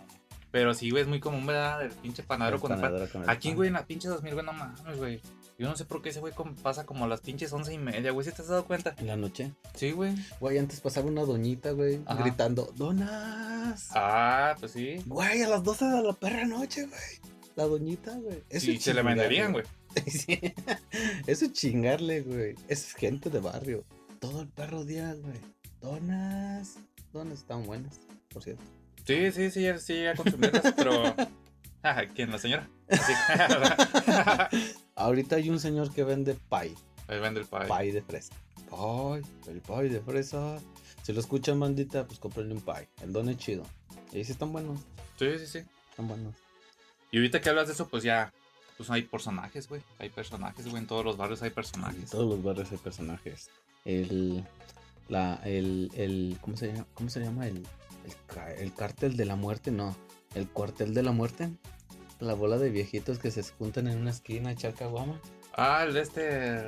Speaker 3: Pero sí, güey, es muy común, ¿verdad? El pinche panadero
Speaker 2: El
Speaker 3: con el pan.
Speaker 2: panadero con el
Speaker 3: Aquí,
Speaker 2: pan.
Speaker 3: güey, en la pinche 2000, güey, no mames, güey. Yo no sé por qué ese güey com- pasa como a las pinches once y media, güey. ¿Sí te has dado cuenta?
Speaker 2: En la noche.
Speaker 3: Sí, güey.
Speaker 2: Güey, antes pasaba una doñita, güey,
Speaker 3: Ajá.
Speaker 2: gritando, ¡Donas!
Speaker 3: Ah, pues sí.
Speaker 2: Güey, a las 12 de la perra noche, güey. La doñita, güey. Eso
Speaker 3: Y
Speaker 2: es
Speaker 3: se le
Speaker 2: chingarle.
Speaker 3: venderían, güey.
Speaker 2: Sí. Eso es chingarle, güey. Es gente de barrio. Todo el perro día, güey. Donas. Donas están buenas, por cierto.
Speaker 3: Sí, sí, sí, ya- sí, ya consumirlas, pero. Ajá, ¿Quién? ¿La señora? ah, Sí.
Speaker 2: Ahorita hay un señor que vende pie.
Speaker 3: Ahí vende el pay.
Speaker 2: pie de fresa. Pie, el pie de fresa. Si lo escuchan, bandita, pues cómprenle un pie. El don es chido. Y sí están buenos,
Speaker 3: Sí, sí, sí.
Speaker 2: están buenos.
Speaker 3: Y ahorita que hablas de eso, pues ya. Pues hay personajes, güey. Hay personajes, güey. En todos los barrios hay
Speaker 2: En
Speaker 3: personajes.
Speaker 2: todos los barrios hay personajes. El, la, el, el, ¿cómo se llama? ¿Cómo se llama? El, el, ca- el cártel de la muerte, no. El cuartel de la muerte. La bola de viejitos que se juntan en una esquina, Chalcahuama.
Speaker 3: Ah, el de este.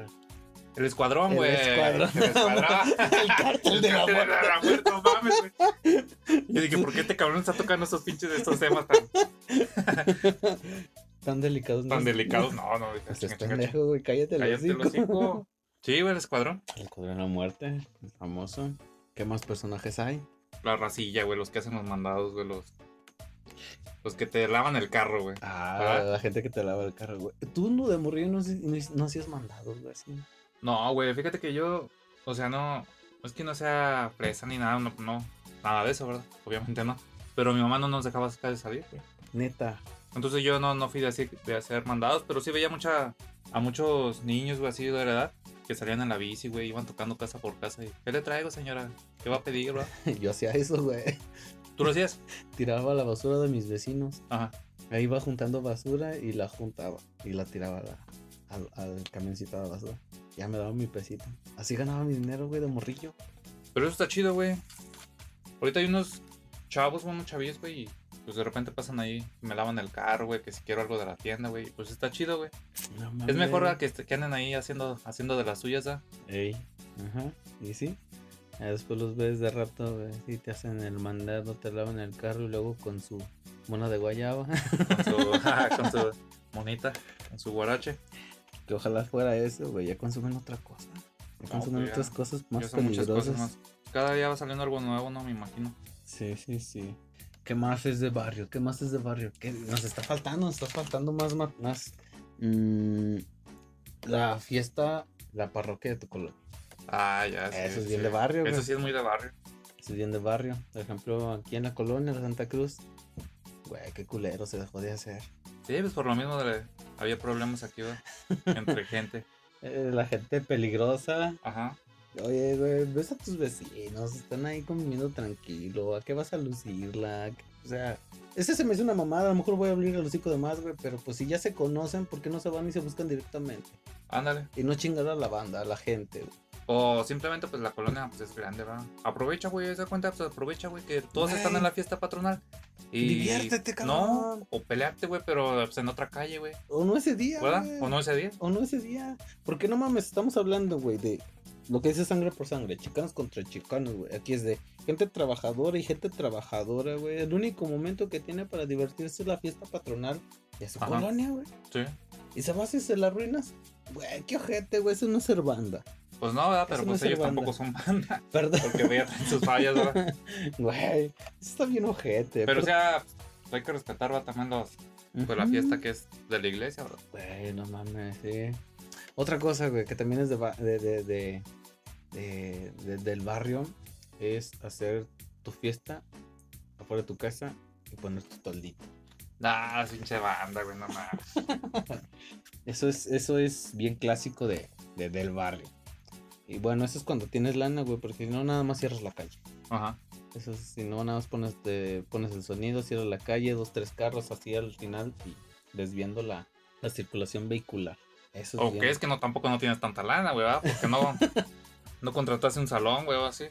Speaker 3: El escuadrón,
Speaker 2: El
Speaker 3: güey.
Speaker 2: escuadrón.
Speaker 3: El escuadrón.
Speaker 2: El cártel de la
Speaker 3: Te
Speaker 2: muerte.
Speaker 3: la muerte, no mames, güey. Yo dije, ¿por qué este cabrón está tocando esos pinches estos temas tan,
Speaker 2: Tan delicados. ¿no?
Speaker 3: tan delicados? No, no, dije,
Speaker 2: Pues
Speaker 3: chinga,
Speaker 2: es
Speaker 3: chinga,
Speaker 2: pendejo, güey. Cállate,
Speaker 3: chinga.
Speaker 2: el
Speaker 3: Cállate los
Speaker 2: hocico.
Speaker 3: cinco. Sí, güey, el escuadrón.
Speaker 2: El cuadrón de la muerte, el famoso. ¿Qué más personajes hay?
Speaker 3: La racilla, güey, los que hacen los mandados, güey, los. Los que te lavan el carro, güey.
Speaker 2: Ah, la gente que te lava el carro, güey. Tú no de morir no, haces- no, no hacías mandados, güey, así.
Speaker 3: No, güey, fíjate que yo, o sea, no, no es que no sea presa ni nada, no, no, nada de eso, ¿verdad? Obviamente no. Pero mi mamá no nos dejaba sacar de salir, güey.
Speaker 2: Neta.
Speaker 3: Entonces yo no, no fui de, así- de hacer mandados, pero sí veía mucha, a muchos niños, güey, así de la edad, que salían en la bici, güey, iban tocando casa por casa. Y, ¿Qué le traigo, señora? ¿Qué va a pedir, verdad?
Speaker 2: Yo hacía eso, güey.
Speaker 3: ¿Tú lo hacías?
Speaker 2: Tiraba la basura de mis vecinos.
Speaker 3: Ajá.
Speaker 2: Ahí iba juntando basura y la juntaba. Y la tiraba a la- al, al camioncito de basura. Ya me daba mi pesito. Así ganaba mi dinero, güey, de morrillo.
Speaker 3: Pero eso está chido, güey. Ahorita hay unos chavos, unos chavillos, güey, y pues de repente pasan ahí, me lavan el carro, güey, que si quiero algo de la tienda, güey. Pues está chido, güey.
Speaker 2: No
Speaker 3: Es
Speaker 2: mames.
Speaker 3: mejor a que, est- que anden ahí haciendo, haciendo de las suyas, ¿ah?
Speaker 2: Ey. Ajá. ¿Y sí? Ya Después los ves de rato, güey. Sí, te hacen el mandado, te lavan el carro y luego con su mona de guayaba.
Speaker 3: Con su, con su monita, con su guarache.
Speaker 2: Que ojalá fuera eso, güey. Ya consumen otra cosa. Están
Speaker 3: No,
Speaker 2: sonando
Speaker 3: pues ya.
Speaker 2: otras cosas
Speaker 3: Ya
Speaker 2: más
Speaker 3: son muchas
Speaker 2: peligrosas.
Speaker 3: cosas más. Cada día va saliendo algo nuevo, ¿no? Me imagino.
Speaker 2: Sí, sí, sí. ¿Qué más es de barrio? ¿Qué más es de barrio? ¿Qué nos está faltando? Nos está faltando más, ma- más. mm, la fiesta, la parroquia de tu colonia.
Speaker 3: Ah, ya.
Speaker 2: Eso es bien de barrio,
Speaker 3: Eso
Speaker 2: güey.
Speaker 3: sí es muy de barrio.
Speaker 2: Si bien de barrio. Por ejemplo, aquí en la colonia de Santa Cruz. Güey, qué culero se dejó de hacer.
Speaker 3: Sí, pues por lo mismo de- había problemas aquí, ¿verdad? Entre gente.
Speaker 2: Eh, la gente peligrosa.
Speaker 3: Ajá.
Speaker 2: Oye, güey, ves a tus vecinos, están ahí comiendo tranquilo, ¿a qué vas a lucirla? ¿A qué- O sea, ese se me hizo una mamada, a lo mejor voy a abrir el hocico de más, güey, pero pues si ya se conocen, ¿por qué no se van y se buscan directamente?
Speaker 3: Ándale.
Speaker 2: Y no chingar a la banda, a la gente, güey.
Speaker 3: O simplemente, pues la colonia pues, es grande, ¿verdad? Aprovecha, güey, esa cuenta, pues aprovecha, güey, que todos
Speaker 2: Güey.
Speaker 3: están en la fiesta patronal. Y...
Speaker 2: Diviértete, cabrón.
Speaker 3: No, o pelearte, güey, pero pues, en otra calle, güey.
Speaker 2: O no ese día,
Speaker 3: ¿Verdad?
Speaker 2: güey.
Speaker 3: ¿O no ese día?
Speaker 2: O no ese día. Porque no mames, estamos hablando, güey, de lo que dice sangre por sangre, chicanos contra chicanos, güey. Aquí es de gente trabajadora y gente trabajadora, güey. El único momento que tiene para divertirse es la fiesta patronal de su
Speaker 3: Ajá.
Speaker 2: colonia, güey.
Speaker 3: Sí.
Speaker 2: Y se va y se la ruinas. Güey, qué ojete, güey. Eso no es ser banda.
Speaker 3: Pues no, ¿verdad?
Speaker 2: Eso
Speaker 3: Pero
Speaker 2: no
Speaker 3: pues
Speaker 2: es ser
Speaker 3: ellos
Speaker 2: banda.
Speaker 3: tampoco son banda.
Speaker 2: Perdón.
Speaker 3: Porque voy a traer sus fallas, ¿verdad?
Speaker 2: Güey, eso está bien ojete.
Speaker 3: Pero o sea, pues, hay que respetar, ¿verdad? También los, pues, la fiesta que es de la iglesia, ¿verdad?
Speaker 2: Güey, no mames, sí. Otra cosa, güey, que también es de, ba- de, de, de- de- de- del barrio, es hacer tu fiesta afuera de tu casa y poner tu toldito.
Speaker 3: Ah, pinche banda, güey, no mames.
Speaker 2: Eso es, eso es bien clásico de, de- del barrio. Y bueno, eso es cuando tienes lana, güey, porque si no, nada más cierras la calle.
Speaker 3: Ajá.
Speaker 2: Eso es, si no, nada más pones, te- pones el sonido, cierras la calle, dos, tres carros así al final y desviando la, la circulación vehicular. Eso es
Speaker 3: O
Speaker 2: bien-
Speaker 3: que es que no tampoco no tienes tanta lana, güey, ¿verdad? Porque no, no contrataste un salón, güey, o así,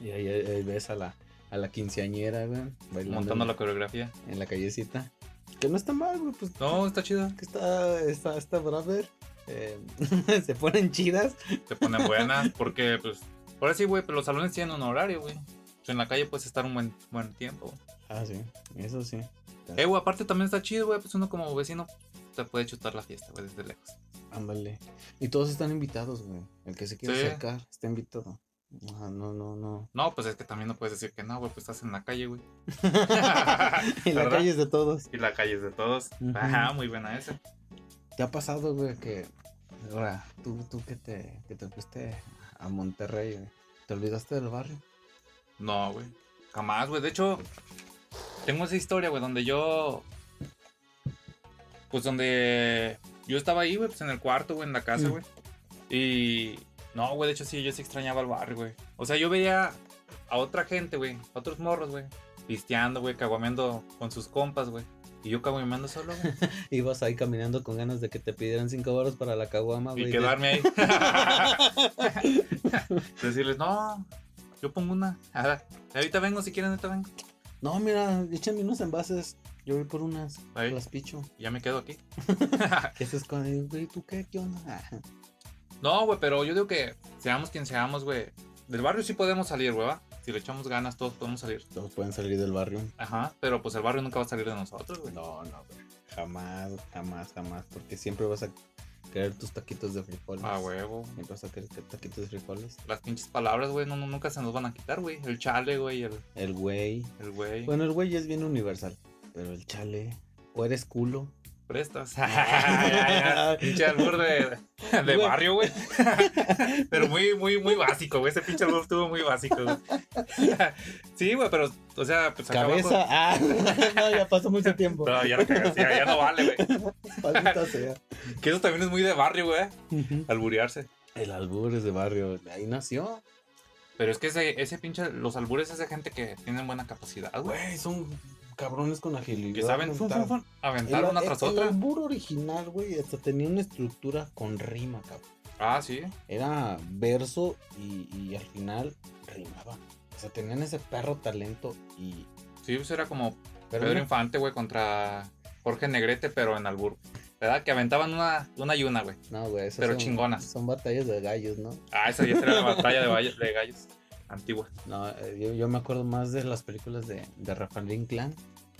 Speaker 2: Y ahí, ahí ves a la, a la quinceañera, güey, bailando
Speaker 3: montando
Speaker 2: en,
Speaker 3: la coreografía.
Speaker 2: en la callecita. Que no está mal, güey, pues
Speaker 3: No, está chido.
Speaker 2: que está, está, está brother. Eh, se ponen chidas.
Speaker 3: Te ponen buenas, porque, pues, ahora sí, güey, pero los salones tienen un horario, güey. O sea, En la calle puedes estar un buen, buen tiempo. güey.
Speaker 2: Ah, sí, eso sí.
Speaker 3: Eh, güey, aparte también está chido, güey, pues uno como vecino te puede chutar la fiesta, güey, desde lejos.
Speaker 2: Ándale. Y todos están invitados, güey. El que se quiera
Speaker 3: Sí.
Speaker 2: acercar está invitado. Ajá, no, no, no.
Speaker 3: No, pues es que también no puedes decir que no, güey, pues estás en la calle, güey.
Speaker 2: y la
Speaker 3: ¿Verdad?
Speaker 2: calle es de todos.
Speaker 3: Y la calle es de todos.
Speaker 2: Ujú.
Speaker 3: Ajá, muy buena esa.
Speaker 2: ¿Te ha pasado, güey, que ahora tú, tú que te, que te fuiste a Monterrey, güey, te olvidaste del barrio?
Speaker 3: No, güey. Jamás, güey. De hecho, tengo esa historia, güey, donde yo. Pues donde yo estaba ahí, güey, pues en el cuarto, güey, en la casa,
Speaker 2: Mm.
Speaker 3: güey. Y. No, güey, de hecho sí, yo sí extrañaba el barrio, güey. O sea, yo veía a otra gente, güey, a otros morros, güey, pisteando, güey, caguameando con sus compas, güey. Y yo caguameando solo, güey.
Speaker 2: Ibas ahí caminando con ganas de que te pidieran cinco baros para la caguama, Ah, güey.
Speaker 3: Y
Speaker 2: de-
Speaker 3: quedarme ahí. Decirles, no, yo pongo una. Ahora, ahorita vengo, si quieren, ahorita vengo.
Speaker 2: No, mira, échame unos envases. Yo voy por unas,
Speaker 3: Ahí.
Speaker 2: las picho.
Speaker 3: Y ya me quedo aquí.
Speaker 2: ¿Qué haces con él, güey? ¿Tú qué? ¿Qué onda? Ah,
Speaker 3: No, güey, pero yo digo que seamos quien seamos, güey. Del barrio sí podemos salir, güey. ¿va? Si le echamos ganas, todos podemos salir.
Speaker 2: Todos pueden salir del barrio.
Speaker 3: Ajá, pero pues el barrio nunca va a salir de nosotros, güey.
Speaker 2: No, no, güey. Jamás, jamás, jamás. Porque siempre vas a querer tus taquitos de frijoles.
Speaker 3: A huevo.
Speaker 2: Siempre vas a querer que- taquitos de frijoles.
Speaker 3: Las pinches palabras, güey, no, no- nunca se nos van a quitar, güey. El chale, güey, el
Speaker 2: El güey.
Speaker 3: el güey.
Speaker 2: Bueno, el güey es bien universal. Pero el chale. O eres culo.
Speaker 3: Prestas. Ya, ya, ya. pinche albur de, de
Speaker 2: Güey.
Speaker 3: barrio, güey. pero muy, muy, muy básico, güey. Ese pinche albur estuvo muy básico, güey. sí, güey, pero, o sea, pues acá abajo-
Speaker 2: Cabeza. Ah, no, ya pasó mucho tiempo.
Speaker 3: No, ya, la cagaste, ya, ya no vale, güey.
Speaker 2: Maldita sea.
Speaker 3: Que eso también es muy de barrio, güey. Alburearse.
Speaker 2: El albur es de barrio. Ahí nació.
Speaker 3: Pero es que ese, ese pinche, los albures es de gente que tienen buena capacidad, güey.
Speaker 2: Güey, son cabrones con agilidad.
Speaker 3: Que saben fun, fun,
Speaker 2: mental.
Speaker 3: fun, aventar
Speaker 2: El-
Speaker 3: una tras
Speaker 2: el-
Speaker 3: otra.
Speaker 2: El albur original, güey, hasta tenía una estructura con rima, cabrón.
Speaker 3: Ah, sí.
Speaker 2: Era verso y, y al final rimaba. O sea, tenían ese perro talento y...
Speaker 3: Sí, pues era como
Speaker 2: Pero
Speaker 3: Pedro
Speaker 2: una-
Speaker 3: Infante, güey, contra Jorge Negrete, pero en albur. ¿Verdad? Que aventaban una, una y una, güey.
Speaker 2: no, güey, esas
Speaker 3: pero
Speaker 2: son-
Speaker 3: chingonas.
Speaker 2: Son batallas de gallos, ¿no?
Speaker 3: Ah, esa ya era la batalla de, valles- de gallos antigua.
Speaker 2: No, eh, yo, yo me acuerdo más de las películas de, de Rafael Inclán.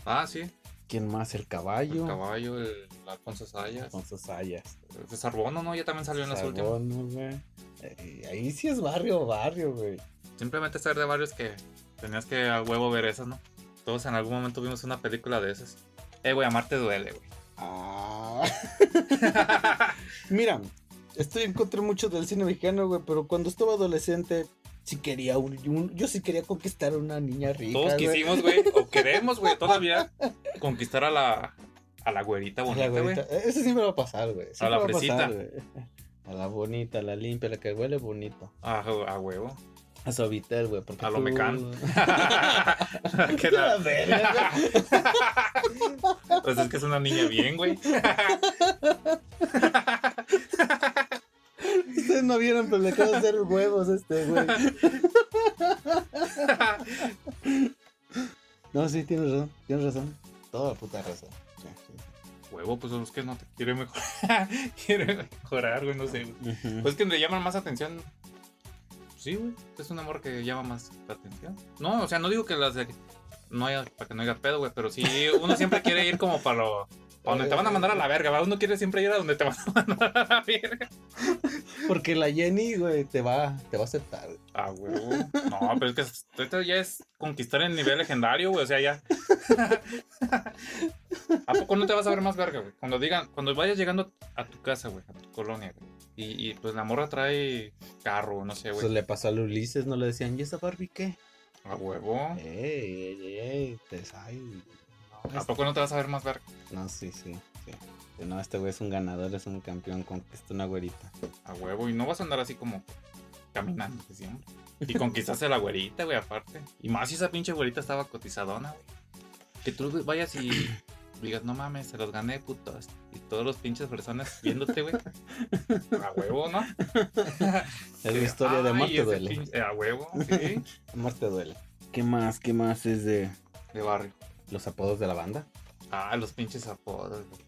Speaker 3: Ah, sí.
Speaker 2: ¿Quién más? El caballo.
Speaker 3: El caballo, el Alfonso Sayas.
Speaker 2: Alfonso Sayas.
Speaker 3: El Sarbono, ¿no? Ya también salió en las últimas.
Speaker 2: Sabono, güey. Eh, Ahí sí es barrio, barrio, güey.
Speaker 3: Simplemente ser de varios que tenías que a huevo ver esas, ¿no? Todos en algún momento vimos una película de esas. Eh, güey, amarte duele, güey.
Speaker 2: Ah. Mira, estoy en contra mucho del cine mexicano, güey, pero cuando estaba adolescente, sí quería un, un- yo sí quería conquistar a una niña rica.
Speaker 3: Todos
Speaker 2: güey.
Speaker 3: quisimos, güey, o queremos, güey, todavía conquistar a la, a la güerita
Speaker 2: A la
Speaker 3: bonita, güey.
Speaker 2: güerita. Eso siempre va a pasar, güey. Siempre
Speaker 3: la
Speaker 2: va a
Speaker 3: fresita.
Speaker 2: pasar, güey. A la bonita, a la limpia, la que huele bonito.
Speaker 3: A, a huevo.
Speaker 2: A Suavitel, güey. porque
Speaker 3: A lo
Speaker 2: tú-
Speaker 3: Mecán. Que
Speaker 2: Qué la
Speaker 3: la-
Speaker 2: verga, güey.
Speaker 3: pues es que es una niña bien, güey.
Speaker 2: Ustedes no vieron, pero le acabo de hacer huevos a este, güey. No, sí, tienes razón. Tienes razón. Toda la puta razón. Ya, sí.
Speaker 3: Huevo, pues es que no te quiere mejorar. quiere mejorar, güey, no sé. güey. Pues que le llaman más atención. Sí, güey. Es un amor que llama más la atención. No, o sea, no digo que las de. No haya, para que no haya pedo, güey, pero sí, uno siempre quiere ir como para lo. Para donde te van a mandar a la verga, ¿va? Uno quiere siempre ir a donde te van a mandar a la verga.
Speaker 2: Porque la Jenny, güey, te va, te va a aceptar. güey.
Speaker 3: Ah, huevo. No, pero es que esto- esto ya es conquistar el nivel legendario, güey. O sea, ya. ¿A poco no te vas a ver más verga, güey? Cuando digan, cuando vayas llegando a tu casa, güey, a tu colonia, güey. Y, y, pues la morra trae carro, no sé,
Speaker 2: Eso
Speaker 3: güey.
Speaker 2: le pasó a Ulises, no le decían, ¿y esa Barbie qué?
Speaker 3: A huevo.
Speaker 2: Ey, ey, ey, te ay, no,
Speaker 3: ¿A
Speaker 2: es-
Speaker 3: poco no te vas a ver más verga?
Speaker 2: no, sí, sí, sí. Sí, No, este güey es un ganador, es un campeón, conquista una güerita.
Speaker 3: A huevo. Y no vas a andar así como caminando, que siempre. Y conquistaste a la güerita, güey, aparte. Y más si esa pinche güerita estaba cotizadona, güey. Que tú vayas y digas, no mames, se los gané, putos. Y todos los pinches personas viéndote, güey. A huevo, ¿no?
Speaker 2: Es la historia de
Speaker 3: Ay,
Speaker 2: amor te
Speaker 3: ese
Speaker 2: duele.
Speaker 3: pinche- A huevo, sí.
Speaker 2: Amor te duele. ¿Qué más? ¿Qué más es de
Speaker 3: De barrio.
Speaker 2: los apodos de la banda?
Speaker 3: Ah, los pinches apodos, güey.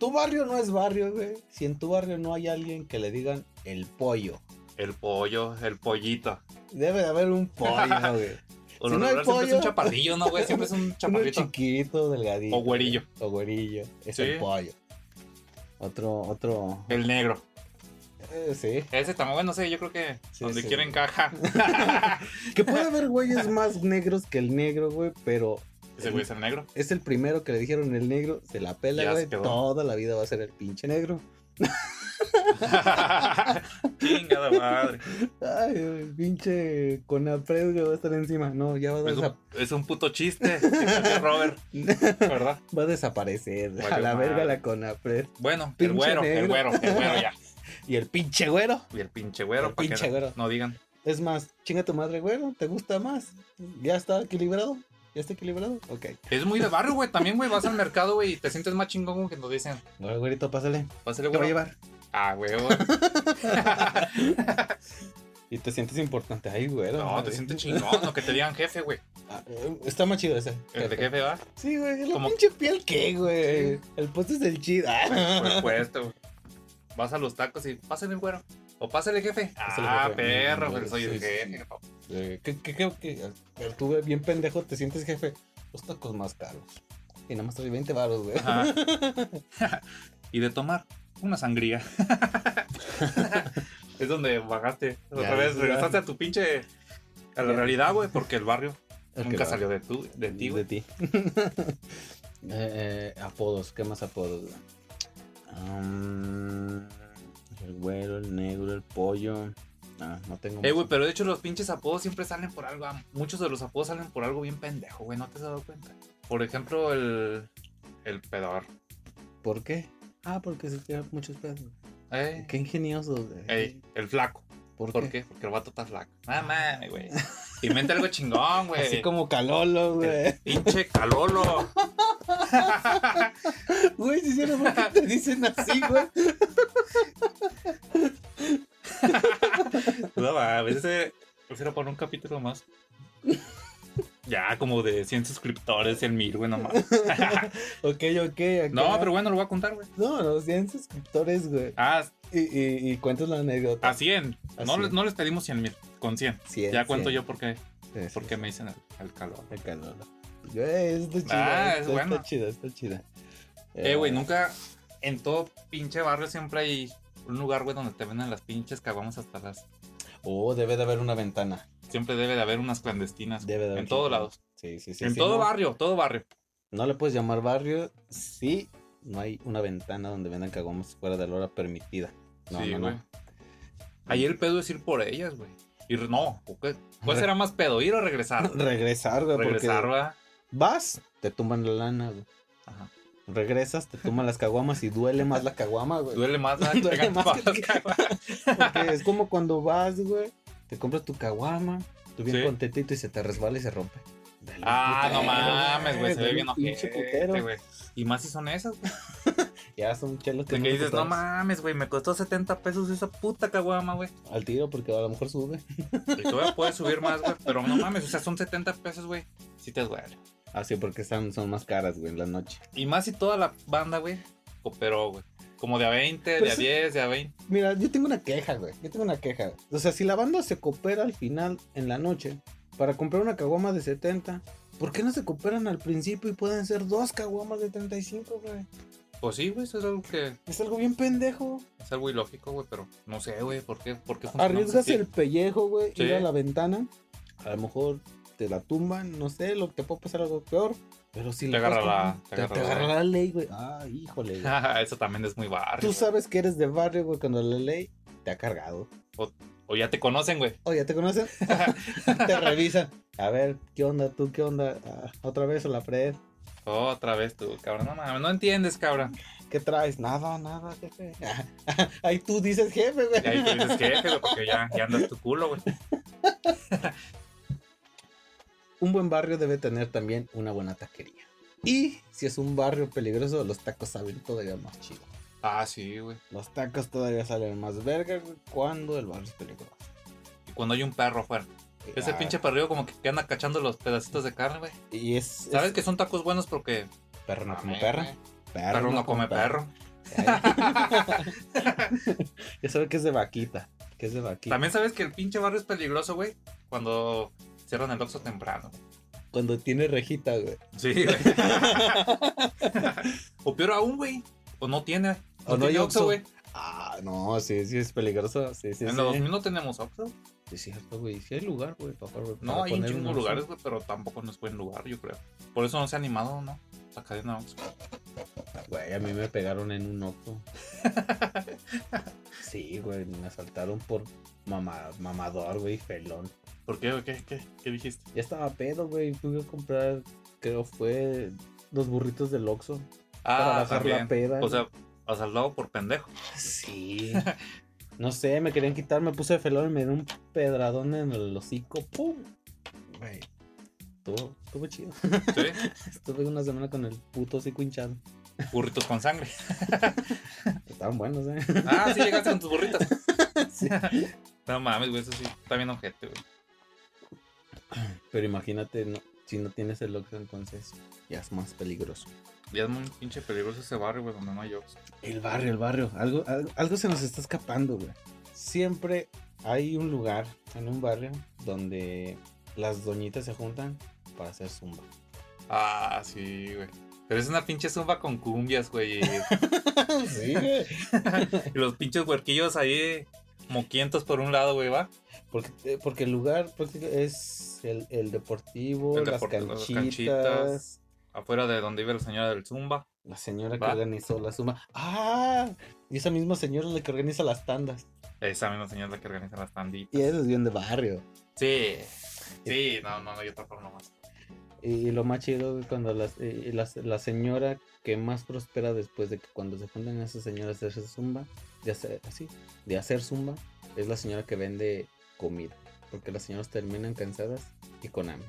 Speaker 2: Tu barrio no es barrio, güey. Si en tu barrio no hay alguien que le digan el pollo,
Speaker 3: El pollo, el pollito.
Speaker 2: debe de haber un pollo, güey.
Speaker 3: O
Speaker 2: Si
Speaker 3: lo
Speaker 2: no hay
Speaker 3: regular siempre es
Speaker 2: pollo-
Speaker 3: un chaparrillo, ¿no, güey? Siempre es un
Speaker 2: Uno
Speaker 3: chaparrito.
Speaker 2: chiquito, delgadito.
Speaker 3: O güerillo.
Speaker 2: O güerillo. Es
Speaker 3: Sí.
Speaker 2: el pollo. Otro, otro.
Speaker 3: El negro.
Speaker 2: eh, sí.
Speaker 3: Ese también, no sé, yo creo que
Speaker 2: Sí,
Speaker 3: donde
Speaker 2: sí.
Speaker 3: quiera encaja.
Speaker 2: Que puede haber güeyes más negros que el negro, güey, pero
Speaker 3: Ese güey es el negro.
Speaker 2: es el primero que le dijeron el negro, se la pela,
Speaker 3: Ya se
Speaker 2: güey.
Speaker 3: quedó.
Speaker 2: Toda la vida va a ser el pinche negro.
Speaker 3: Chingada madre.
Speaker 2: Ay, el pinche Conapred, güey, va a estar encima. No, ya va a,
Speaker 3: Es un,
Speaker 2: desa-
Speaker 3: es un puto chiste, que salió Robert, ¿verdad?
Speaker 2: va a desaparecer.
Speaker 3: Valió
Speaker 2: a la
Speaker 3: madre.
Speaker 2: verga la Conapred.
Speaker 3: Bueno,
Speaker 2: Pinche
Speaker 3: el güero,
Speaker 2: negro.
Speaker 3: el güero, el güero ya.
Speaker 2: Y el pinche güero.
Speaker 3: Y el pinche güero,
Speaker 2: El
Speaker 3: para
Speaker 2: pinche
Speaker 3: que
Speaker 2: güero.
Speaker 3: no digan.
Speaker 2: Es más, chinga tu madre, güero. ¿Te gusta más? ¿Ya está equilibrado? ¿Ya está equilibrado? Ok.
Speaker 3: Es muy de barrio, güey. También, güey, vas al mercado, güey, y te sientes más chingón como que nos dicen.
Speaker 2: Bueno, güerito, pásale.
Speaker 3: Pásale,
Speaker 2: Te voy a
Speaker 3: güey.
Speaker 2: llevar.
Speaker 3: Ah, güey.
Speaker 2: Y te sientes importante. Ay, güero.
Speaker 3: No, te
Speaker 2: güey.
Speaker 3: sientes chingón. No, que te digan jefe, güey.
Speaker 2: Ah, eh, Está más chido ese.
Speaker 3: El de jefe va.
Speaker 2: Sí, güey. La
Speaker 3: Como-
Speaker 2: pinche piel, ¿qué, güey? El puesto es el chido. Ah.
Speaker 3: Por supuesto, güey. Vas a los tacos y pásale el güero. O pásale, jefe.
Speaker 2: Pásale,
Speaker 3: ah,
Speaker 2: jefe.
Speaker 3: perro, pero soy
Speaker 2: Sí,
Speaker 3: el
Speaker 2: sí, sí.
Speaker 3: jefe, papá.
Speaker 2: Eh, ¿Qué, qué, qué, qué? Pero Tú, güey, bien pendejo, te sientes jefe. Los tacos más caros. Y nada más traes 20 baros, güey.
Speaker 3: Ajá. y de tomar una sangría. es donde bajaste. Otra
Speaker 2: Ya,
Speaker 3: vez
Speaker 2: ya.
Speaker 3: regresaste a tu pinche. A la
Speaker 2: Ya.
Speaker 3: realidad, güey, porque el barrio
Speaker 2: El que
Speaker 3: nunca
Speaker 2: va.
Speaker 3: salió de, tu, de ti,
Speaker 2: De
Speaker 3: güey.
Speaker 2: ti. Eh, eh, apodos, ¿qué más apodos? güey? Um, el güero, el negro, el pollo. Ah, no tengo
Speaker 3: Eh,
Speaker 2: más.
Speaker 3: güey, pero de hecho los pinches apodos siempre salen por algo. am- Muchos de los apodos salen por algo bien pendejo, güey, ¿no te has dado cuenta? Por ejemplo, el. El pedor.
Speaker 2: ¿Por qué? Ah, porque se tiran muchos pedos.
Speaker 3: Eh,
Speaker 2: Qué ingeniosos, güey.
Speaker 3: ey, el flaco.
Speaker 2: ¿Por,
Speaker 3: ¿Por
Speaker 2: qué?
Speaker 3: qué? Porque el vato está flaco. Ah, mames, güey. Inventa algo chingón, güey. Eh.
Speaker 2: Así como Calolo, güey.
Speaker 3: El pinche calolo.
Speaker 2: Güey, si hicieron por qué te dicen así, güey.
Speaker 3: No mames, ese prefiero poner un capítulo más. Ya, como de 100 suscriptores, 100 mil, güey, nomás.
Speaker 2: ok, ok. acá.
Speaker 3: No, pero bueno, lo voy a contar, güey.
Speaker 2: No, los 100 suscriptores, güey.
Speaker 3: Ah,
Speaker 2: Y, y, y cuentas la anécdota.
Speaker 3: a 100.
Speaker 2: A
Speaker 3: No,
Speaker 2: 100.
Speaker 3: les- no les pedimos 100 mil, con 100.
Speaker 2: Cien,
Speaker 3: Ah, ya cuento
Speaker 2: cien.
Speaker 3: yo por qué,
Speaker 2: Sí, sí,
Speaker 3: por qué me dicen el, el calor.
Speaker 2: El Calolo. Güey, eh, está chida.
Speaker 3: Ah, es
Speaker 2: está,
Speaker 3: buena.
Speaker 2: está chida, está chida.
Speaker 3: Eh, güey, nunca. En todo pinche barrio siempre hay un lugar, güey, donde te venden las pinches caguamas hasta las.
Speaker 2: Oh, debe de haber una ventana.
Speaker 3: Siempre debe de haber unas clandestinas.
Speaker 2: Debe de haber
Speaker 3: en todos
Speaker 2: una-
Speaker 3: lados.
Speaker 2: Sí, sí, sí.
Speaker 3: en
Speaker 2: sí,
Speaker 3: todo
Speaker 2: no-
Speaker 3: barrio, todo barrio.
Speaker 2: No le puedes llamar barrio si no hay una ventana donde vendan caguamas fuera de la hora permitida. No,
Speaker 3: sí,
Speaker 2: no,
Speaker 3: güey.
Speaker 2: no.
Speaker 3: Ahí el pedo es ir por ellas, güey. Y re- no, ¿o qué? ¿cuál será más pedo? ¿Ir o regresar?
Speaker 2: Regresar, güey,
Speaker 3: regresar,
Speaker 2: porque
Speaker 3: ¿verdad?
Speaker 2: vas, te tumban la lana, güey.
Speaker 3: Ajá.
Speaker 2: Regresas, te tumban las caguamas y duele más la caguama, güey.
Speaker 3: Duele más, ¿verdad?
Speaker 2: Duele
Speaker 3: Pegan
Speaker 2: más que te-
Speaker 3: patadas, cabrón.
Speaker 2: Porque es como cuando vas, güey, te compras tu caguama, tú bien
Speaker 3: Sí.
Speaker 2: contentito y se te resbala y se rompe. Dale,
Speaker 3: Ah, no
Speaker 2: putero,
Speaker 3: mames, güey. Se ve
Speaker 2: dale,
Speaker 3: bien
Speaker 2: pinche putero.
Speaker 3: ojete, güey. Y más si son esas, güey.
Speaker 2: Ya son chelos
Speaker 3: De que dices, no
Speaker 2: compraron
Speaker 3: mames, güey, me costó 70 pesos esa puta caguama, güey.
Speaker 2: Al tiro porque a lo mejor sube.
Speaker 3: Y todavía puedes subir más, güey. Pero no mames, o sea, son 70 pesos, güey. Sí te duele.
Speaker 2: Así Ah, porque están, son más caras, güey, en la noche.
Speaker 3: Y más si toda la banda, güey, cooperó, güey. Como de a 20, de
Speaker 2: Pues
Speaker 3: a
Speaker 2: sí.
Speaker 3: 10, de a 20.
Speaker 2: Mira, yo tengo una queja, güey. Yo tengo una queja. O sea, si la banda se coopera al final, en la noche, para comprar una caguama de 70, ¿por qué no se cooperan al principio y pueden ser dos caguamas de 35, güey?
Speaker 3: Pues sí, güey, eso es algo que
Speaker 2: Es algo bien pendejo.
Speaker 3: es algo ilógico, güey, pero no sé, güey, ¿por qué? ¿Por qué funcionamos
Speaker 2: Arriesgas
Speaker 3: así?
Speaker 2: el pellejo, güey,
Speaker 3: pues Sí.
Speaker 2: ir a la ventana. A lo mejor te la tumban, no sé, lo, te puede pasar algo peor. Pero si
Speaker 3: Te
Speaker 2: la
Speaker 3: agarra
Speaker 2: pasas,
Speaker 3: la- te
Speaker 2: te,
Speaker 3: agarra
Speaker 2: te
Speaker 3: la-
Speaker 2: agarra la ley, güey. Ah, híjole. güey.
Speaker 3: Eso también es muy barrio.
Speaker 2: Tú
Speaker 3: güey.
Speaker 2: sabes que eres de barrio, güey, cuando la ley te ha cargado.
Speaker 3: O ya te conocen, güey.
Speaker 2: Oye, ¿te conocen? te revisan. A ver, ¿qué onda tú? ¿Qué onda? Ah, Otra vez a la pared.
Speaker 3: Otra vez tú, cabrón. No mames, no entiendes, cabrón.
Speaker 2: ¿Qué traes? Nada, nada, jefe. Ahí tú dices jefe, güey.
Speaker 3: Y ahí tú dices que, güey, porque ya, ya andas tu culo, güey.
Speaker 2: Un buen barrio debe tener también una buena taquería. Y si es un barrio peligroso, los tacos saben todavía más chido.
Speaker 3: Ah, sí, güey.
Speaker 2: Los tacos todavía salen más verga güey, cuando el barrio es peligroso.
Speaker 3: Y cuando hay un perro afuera. Ese
Speaker 2: Ah,
Speaker 3: pinche perrillo como que anda cachando los pedacitos de carne, güey.
Speaker 2: Y es, es
Speaker 3: ¿Sabes que son tacos buenos porque
Speaker 2: perro no
Speaker 3: Mames,
Speaker 2: come perro.
Speaker 3: güey. perro, no come perro?
Speaker 2: Ya sabe que es de vaquita. Que es de vaquita.
Speaker 3: También sabes que el pinche barrio es peligroso, güey, cuando cierran el Oxxo temprano. güey.
Speaker 2: Cuando tiene rejita, güey.
Speaker 3: Sí, güey. o peor aún, güey, o no tiene.
Speaker 2: O no hay
Speaker 3: tiene
Speaker 2: Oxxo.
Speaker 3: güey.
Speaker 2: Ah, no, sí, sí es peligroso. Sí, sí,
Speaker 3: en
Speaker 2: sí.
Speaker 3: los 2000 no tenemos Oxxo.
Speaker 2: Sí, es cierto, güey. Sí hay lugar, güey, papá. güey,
Speaker 3: No,
Speaker 2: para
Speaker 3: hay un
Speaker 2: poner
Speaker 3: chingo de
Speaker 2: una
Speaker 3: lugares,
Speaker 2: opción.
Speaker 3: güey, pero tampoco no es buen lugar, yo creo. Por eso no se ha animado, ¿no? La cadena Oxxo.
Speaker 2: Güey, a mí me pegaron en un octo. sí, güey, me asaltaron por mama- mamador, güey, felón.
Speaker 3: ¿Por qué? güey? ¿Qué, qué, qué dijiste?
Speaker 2: Ya estaba pedo, güey. Fui a comprar, creo fue los burritos del Oxxo. para
Speaker 3: Ah,
Speaker 2: bajar la
Speaker 3: también.
Speaker 2: peda.
Speaker 3: O sea, asaltado por pendejo.
Speaker 2: Sí. No sé, me querían quitar, me puse felón y me dieron un pedradón en el hocico. ¡Pum! Güey. Estuvo, estuvo chido.
Speaker 3: Sí,
Speaker 2: Estuve una semana con el puto hocico hinchado.
Speaker 3: burritos con sangre.
Speaker 2: Estaban buenos, ¿eh?
Speaker 3: Ah, sí, llegaste con tus burritas.
Speaker 2: Sí.
Speaker 3: No mames, güey, eso sí, está bien ojete, güey.
Speaker 2: Pero imagínate, no- si no tienes el Oxxo, entonces ya es más peligroso.
Speaker 3: Ya es muy pinche peligroso ese barrio, güey, donde no hay Oxxo.
Speaker 2: El barrio, el barrio. Algo, algo, algo se nos está escapando, güey. Siempre hay un lugar en un barrio donde las doñitas se juntan para hacer zumba.
Speaker 3: Ah, sí, güey. Pero es una pinche zumba con cumbias, güey. Y,
Speaker 2: Sí, güey.
Speaker 3: y los pinches huerquillos ahí moquientos por un lado, güey, va.
Speaker 2: Porque, eh, porque el lugar práctica- es el, el deportivo,
Speaker 3: El
Speaker 2: las,
Speaker 3: depor- las
Speaker 2: canchitas,
Speaker 3: canchitas. Afuera de donde vive la señora del zumba.
Speaker 2: la señora que
Speaker 3: Va.
Speaker 2: organizó la zumba. ¡Ah! Y esa misma señora es la que organiza las tandas.
Speaker 3: Esa misma señora es la que organiza las tanditas.
Speaker 2: Y eso es bien de barrio.
Speaker 3: Sí. Sí, no, no, no, yo tampoco nomás.
Speaker 2: Y, y lo más chido es cuando las- y- y las- la señora que más prospera después de que cuando se juntan esas señoras de hacer zumba, de hacer así, de hacer zumba, es la señora que vende comida. Porque las señoras terminan cansadas y con hambre.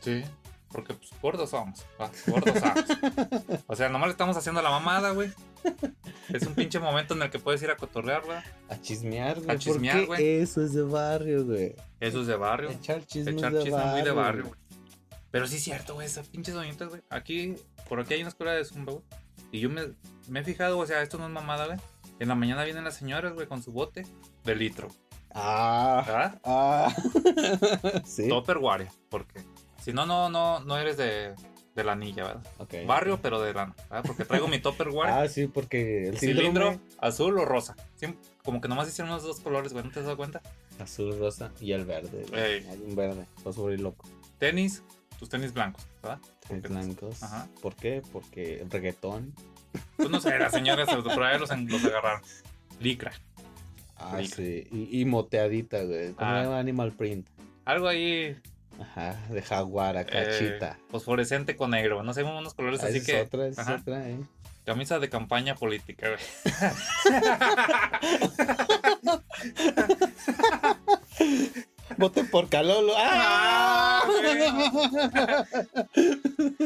Speaker 3: Sí. Porque pues gordos somos. va, Gordos somos. O sea, nomás le estamos haciendo la mamada, güey. Es un pinche momento en el que puedes ir a cotorrear, güey.
Speaker 2: A chismear, güey.
Speaker 3: chismear,
Speaker 2: porque
Speaker 3: güey.
Speaker 2: Eso es de barrio, güey.
Speaker 3: Eso es de barrio.
Speaker 2: Echar chismes
Speaker 3: Echar
Speaker 2: de
Speaker 3: chisme
Speaker 2: barrio.
Speaker 3: muy de barrio,
Speaker 2: güey.
Speaker 3: güey. Pero sí es cierto, güey, esas pinches doñitas, güey. Aquí, por aquí hay una escuela de zumba, güey. Y yo me, me he fijado, o sea, esto no es mamada, güey. En la mañana vienen las señoras, güey, con su bote de litro,
Speaker 2: Ah,
Speaker 3: ¿verdad?
Speaker 2: ah. sí.
Speaker 3: Topperware, porque Si no, no, no, no eres de, de la anilla, ¿verdad?
Speaker 2: Ok.
Speaker 3: Barrio, pero de lana, ¿verdad? Porque traigo mi Tupperware,
Speaker 2: Ah, sí, porque el
Speaker 3: cilindro,
Speaker 2: cilindro
Speaker 3: azul o rosa. Siem- como que nomás hicieron unos dos colores, güey, ¿no te has dado cuenta?
Speaker 2: azul, rosa y el verde. güey.
Speaker 3: Ey.
Speaker 2: Hay un verde. Vas a morir loco.
Speaker 3: Tenis, tus tenis blancos, ¿verdad?
Speaker 2: Tres
Speaker 3: Porque-
Speaker 2: blancos.
Speaker 3: Ajá.
Speaker 2: ¿Por qué? Porque el reggaetón.
Speaker 3: Pues no sé, las señoras se los, por ahí los, los agarraron. Licra.
Speaker 2: Ah,
Speaker 3: Rica.
Speaker 2: sí. Y, y moteadita, güey. ¿Cómo
Speaker 3: Ah.
Speaker 2: se llama Animal Print?
Speaker 3: Algo ahí
Speaker 2: Ajá, de jaguar a cachita.
Speaker 3: eh, fosforescente con negro. No sé, unos colores
Speaker 2: Ah,
Speaker 3: así
Speaker 2: esa
Speaker 3: que.
Speaker 2: es otra, esa es
Speaker 3: ajá.
Speaker 2: otra, eh.
Speaker 3: Camisa de campaña política, güey.
Speaker 2: Voten por Calolo. ¡Ah!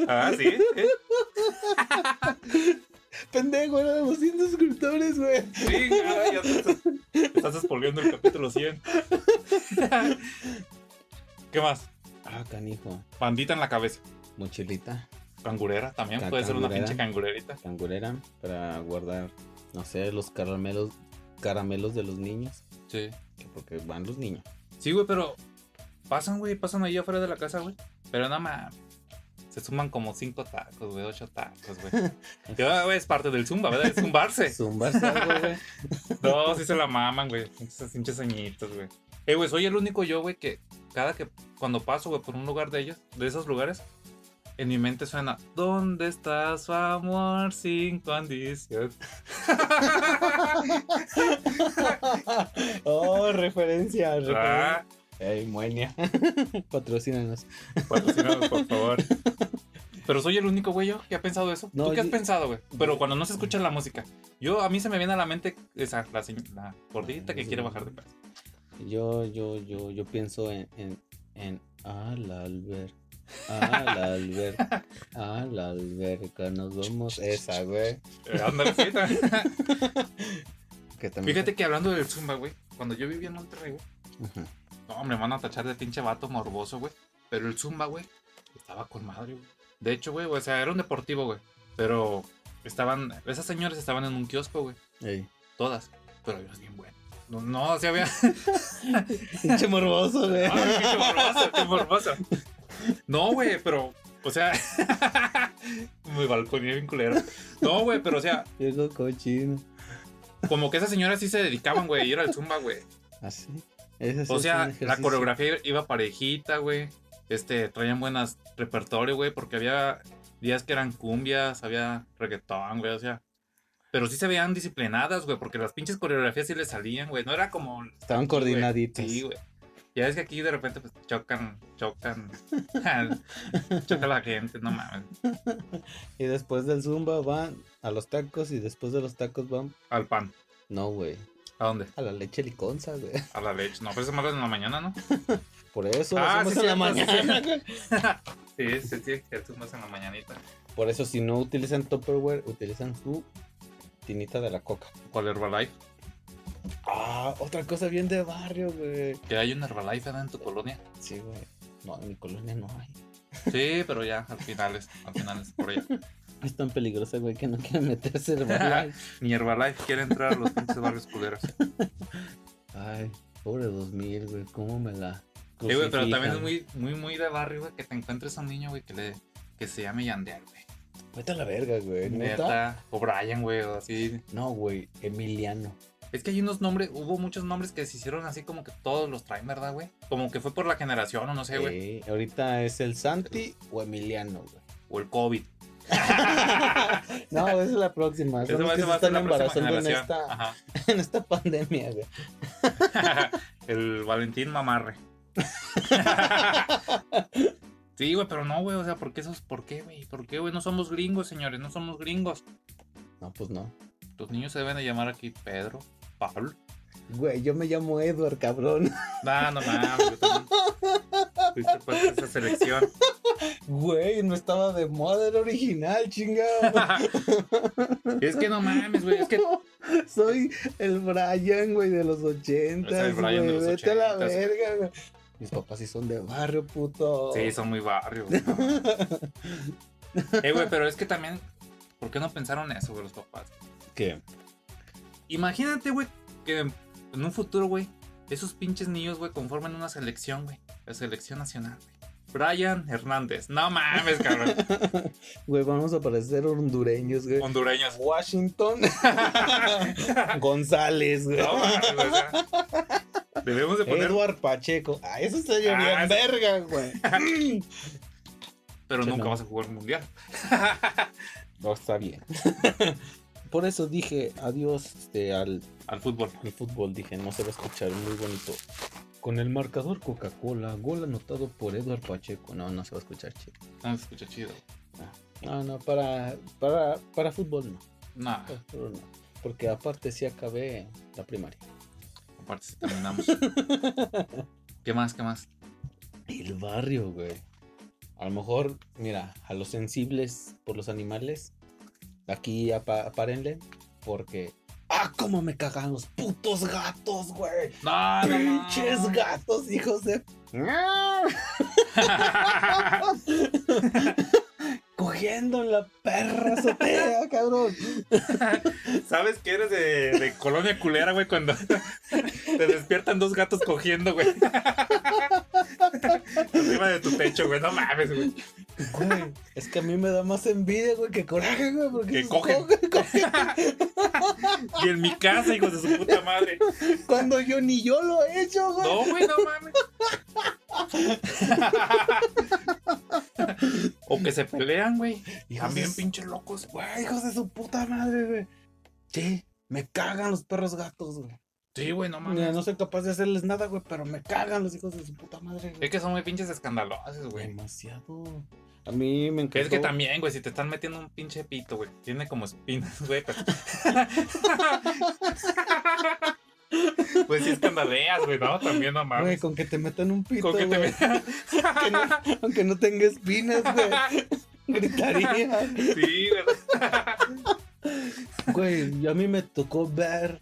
Speaker 3: Ah, sí. ¿Eh?
Speaker 2: Pendejo, era de 200 suscriptores, güey.
Speaker 3: Sí, ah, ya te estás, te estás expolviendo el capítulo 100. ¿Qué más?
Speaker 2: Ah, canijo.
Speaker 3: Bandita en la cabeza.
Speaker 2: Mochilita,
Speaker 3: Cangurera también.
Speaker 2: Ca-
Speaker 3: Puede ser una
Speaker 2: cangurera.
Speaker 3: pinche cangurerita.
Speaker 2: cangurera, para guardar, no sé, los caramelos, caramelos de los niños.
Speaker 3: Sí.
Speaker 2: que Porque van los niños.
Speaker 3: Sí, güey, pero pasan, güey, pasan ahí afuera de la casa, güey. Pero nada más. Se suman como cinco tacos, güey, ocho tacos, güey. Ya, güey, es parte del zumba, ¿verdad? Es zumbarse.
Speaker 2: Zumbarse algo, güey.
Speaker 3: No, sí se la maman, güey. Esas pinches añitos, güey. Eh, güey, soy el único yo, güey, que cada que cuando paso, güey, por un lugar de ellos, de esos lugares, en mi mente suena, ¿dónde está su amor sin condición?
Speaker 2: oh, referencia, referencia.
Speaker 3: Ah,
Speaker 2: Ey, Moenia. Patrocínanos.
Speaker 3: patrocínanos, por favor. Pero soy el único, güey, yo que ha pensado eso.
Speaker 2: No,
Speaker 3: ¿Tú qué has
Speaker 2: yo-
Speaker 3: pensado, güey? Pero cuando no se escucha la música, yo, a mí se me viene a la mente esa, la, señ- la gordita que quiere bajar de peso.
Speaker 2: Yo, yo, yo, yo pienso en, en, en al alber. Al alber. Al alberca. Nos vamos. Esa, güey.
Speaker 3: Eh, ándale, sí, ta-
Speaker 2: Que también.
Speaker 3: Fíjate que hablando del Zumba, güey, cuando yo vivía en Monterrey, güey,
Speaker 2: Ajá.
Speaker 3: no, me van a tachar de pinche vato morboso, güey. Pero el Zumba, güey, estaba con madre, güey. De hecho, güey, o sea, era un deportivo, güey. Pero estaban, esas señoras estaban en un kiosco, güey.
Speaker 2: Ey.
Speaker 3: Todas. Pero había unas bien buenas. No, no, o sea, había.
Speaker 2: Pinche morboso, güey.
Speaker 3: Ay, pinche morboso, qué morboso. No, güey, pero, o sea. me balconeé bien culero. No, güey, pero, o sea,
Speaker 2: Viejo cochino.
Speaker 3: como que esas señoras sí se dedicaban, güey, a ir al Zumba, güey.
Speaker 2: Así. Ese sí
Speaker 3: O
Speaker 2: es un
Speaker 3: sea, la
Speaker 2: ejercicio.
Speaker 3: coreografía iba parejita, güey. Este, traían buenas repertorio, güey, porque había días que eran cumbias, había reggaetón, güey, o sea. Pero sí se veían disciplinadas, güey, porque las pinches coreografías sí les salían, güey. No era como...
Speaker 2: Estaban
Speaker 3: güey,
Speaker 2: coordinaditos.
Speaker 3: Sí, güey. Ya es que aquí de repente pues chocan, chocan, choca la gente, no mames.
Speaker 2: Y después del zumba van a los tacos y después de los tacos van.
Speaker 3: Al pan.
Speaker 2: No, güey.
Speaker 3: ¿A dónde?
Speaker 2: A la leche liconza, güey.
Speaker 3: A la leche. No, pero eso es malo en la mañana, ¿no?
Speaker 2: Por eso
Speaker 3: Ah,
Speaker 2: hacemos
Speaker 3: sí,
Speaker 2: en la
Speaker 3: cierto, sí,
Speaker 2: mañana, güey.
Speaker 3: Sí, sí, sí, que tú más en la mañanita.
Speaker 2: Por eso si no utilizan Tupperware, utilizan su tinita de la coca.
Speaker 3: ¿Cuál Herbalife?
Speaker 2: Ah, otra cosa bien de barrio, güey.
Speaker 3: Que hay un Herbalife ¿verdad? en tu colonia.
Speaker 2: Sí, güey. No, en mi colonia no hay.
Speaker 3: Sí, pero ya, al final es, al final es por ella.
Speaker 2: Es tan peligrosa, güey, que no quieren meterse en Herbalife.
Speaker 3: Mi Herbalife quiere entrar a los pinches barrios culeros.
Speaker 2: Pues
Speaker 3: Sí,
Speaker 2: Ay, pobre 2000, güey. ¿Cómo me la...
Speaker 3: güey, pero
Speaker 2: crucifican?
Speaker 3: también es muy, muy, muy de barrio, güey, que te encuentres a un niño, güey, que, le, que se llame Yandel, güey.
Speaker 2: Vete a la verga, güey. ¿Neta?
Speaker 3: Neta, o Brian, güey, o así.
Speaker 2: No, güey. Emiliano.
Speaker 3: Es que hay unos nombres, hubo muchos nombres que se hicieron así como que todos los traen, ¿verdad, güey? Como que fue por la generación, o no sé, güey.
Speaker 2: Eh, ahorita es el Santi o Emiliano, güey.
Speaker 3: O el COVID.
Speaker 2: No, esa es la próxima. Son
Speaker 3: Ese
Speaker 2: los
Speaker 3: va-
Speaker 2: que
Speaker 3: ese
Speaker 2: se
Speaker 3: va a ser
Speaker 2: están
Speaker 3: la
Speaker 2: embarazando
Speaker 3: próxima
Speaker 2: en
Speaker 3: generación.
Speaker 2: esta,
Speaker 3: Ajá.
Speaker 2: en esta pandemia, güey.
Speaker 3: el Valentín Mamarre. sí, güey, pero no, güey, o sea, ¿por qué esos? ¿Por qué, güey? ¿Por qué, güey? No somos gringos, señores, no somos gringos.
Speaker 2: No, pues no.
Speaker 3: Los niños se deben de llamar aquí Pedro, Pablo.
Speaker 2: Güey, yo me llamo Edward, cabrón.
Speaker 3: No, no, no, güey, también. Fuiste parte de esa selección.
Speaker 2: Güey, no estaba de moda, era original, chingado.
Speaker 3: es que no mames, güey, es que
Speaker 2: Soy el Brian, güey, de los ochentas.
Speaker 3: Es el Brian de
Speaker 2: güey,
Speaker 3: los
Speaker 2: Vete a la
Speaker 3: ochentas.
Speaker 2: verga, güey. Mis papás sí son de barrio, puto.
Speaker 3: sí, son muy barrios. güey, no mames. Eh, güey, pero es que también, ¿por qué no pensaron eso, güey, los papás?
Speaker 2: ¿Qué?
Speaker 3: Imagínate, güey, que en un futuro, güey, esos pinches niños, güey, conforman una selección, güey. La selección nacional, güey. Brian Hernández. No mames, cabrón.
Speaker 2: Güey, vamos a parecer hondureños, güey.
Speaker 3: Hondureños.
Speaker 2: Washington
Speaker 3: No
Speaker 2: González, güey.
Speaker 3: mames, o sea, Debemos de poner.
Speaker 2: Edward Pacheco. Ah, eso se oye
Speaker 3: Ah,
Speaker 2: bien
Speaker 3: eso-
Speaker 2: verga, güey.
Speaker 3: Pero nunca
Speaker 2: Chela.
Speaker 3: vas a jugar mundial.
Speaker 2: No está bien. Por eso dije adiós este, al,
Speaker 3: Al fútbol.
Speaker 2: al fútbol. Dije, no se va a escuchar muy bonito. Con el marcador Coca-Cola, gol anotado por Edward Pacheco. No, no se va a escuchar chido.
Speaker 3: No se escucha chido.
Speaker 2: No, no, para, para, para fútbol no.
Speaker 3: No,
Speaker 2: para fútbol no. Porque aparte sí acabé la primaria.
Speaker 3: aparte si terminamos. ¿Qué más? ¿Qué más?
Speaker 2: El barrio, güey. A lo mejor, mira, a los sensibles por los animales, aquí apa- párenle, porque. ¡Ah, cómo me cagan los putos gatos, güey!
Speaker 3: No, no, no.
Speaker 2: ¡Pinches gatos, hijos de. Cogiendo en la perra azotea, cabrón.
Speaker 3: ¿Sabes que eres de, de colonia culera, güey? Cuando te despiertan dos gatos cogiendo, güey. Arriba de tu techo, güey. No mames, güey.
Speaker 2: Güey, es que a mí me da más envidia, güey, que coraje, güey, porque.
Speaker 3: Que
Speaker 2: esos
Speaker 3: cogen.
Speaker 2: co- cogen
Speaker 3: Y en mi casa, hijos de su puta madre.
Speaker 2: Cuando yo ni yo lo he hecho, güey.
Speaker 3: No, güey, no mames. O que se pelean, güey.
Speaker 2: Hijos de
Speaker 3: También
Speaker 2: su-
Speaker 3: pinches locos, güey.
Speaker 2: Güey, hijos de su puta madre, güey. Sí, me cagan los perros gatos, güey.
Speaker 3: Sí, güey, no mames.
Speaker 2: Mira, no soy capaz de hacerles nada, güey, pero me cagan los hijos de su puta madre,
Speaker 3: Es
Speaker 2: güey.
Speaker 3: que son muy pinches escandalosos, güey.
Speaker 2: Demasiado. A mí me encanta.
Speaker 3: Es que también, güey, si te están metiendo un pinche pito, güey, tiene como espinas, güey. pero- pues sí escandaleas, güey, no, también no
Speaker 2: Güey,
Speaker 3: mames.
Speaker 2: con que te metan un pito,
Speaker 3: Con que te
Speaker 2: güey,
Speaker 3: metan-
Speaker 2: que no- aunque no tenga espinas, güey, gritaría.
Speaker 3: Sí, güey.
Speaker 2: Güey, y a mí me tocó ver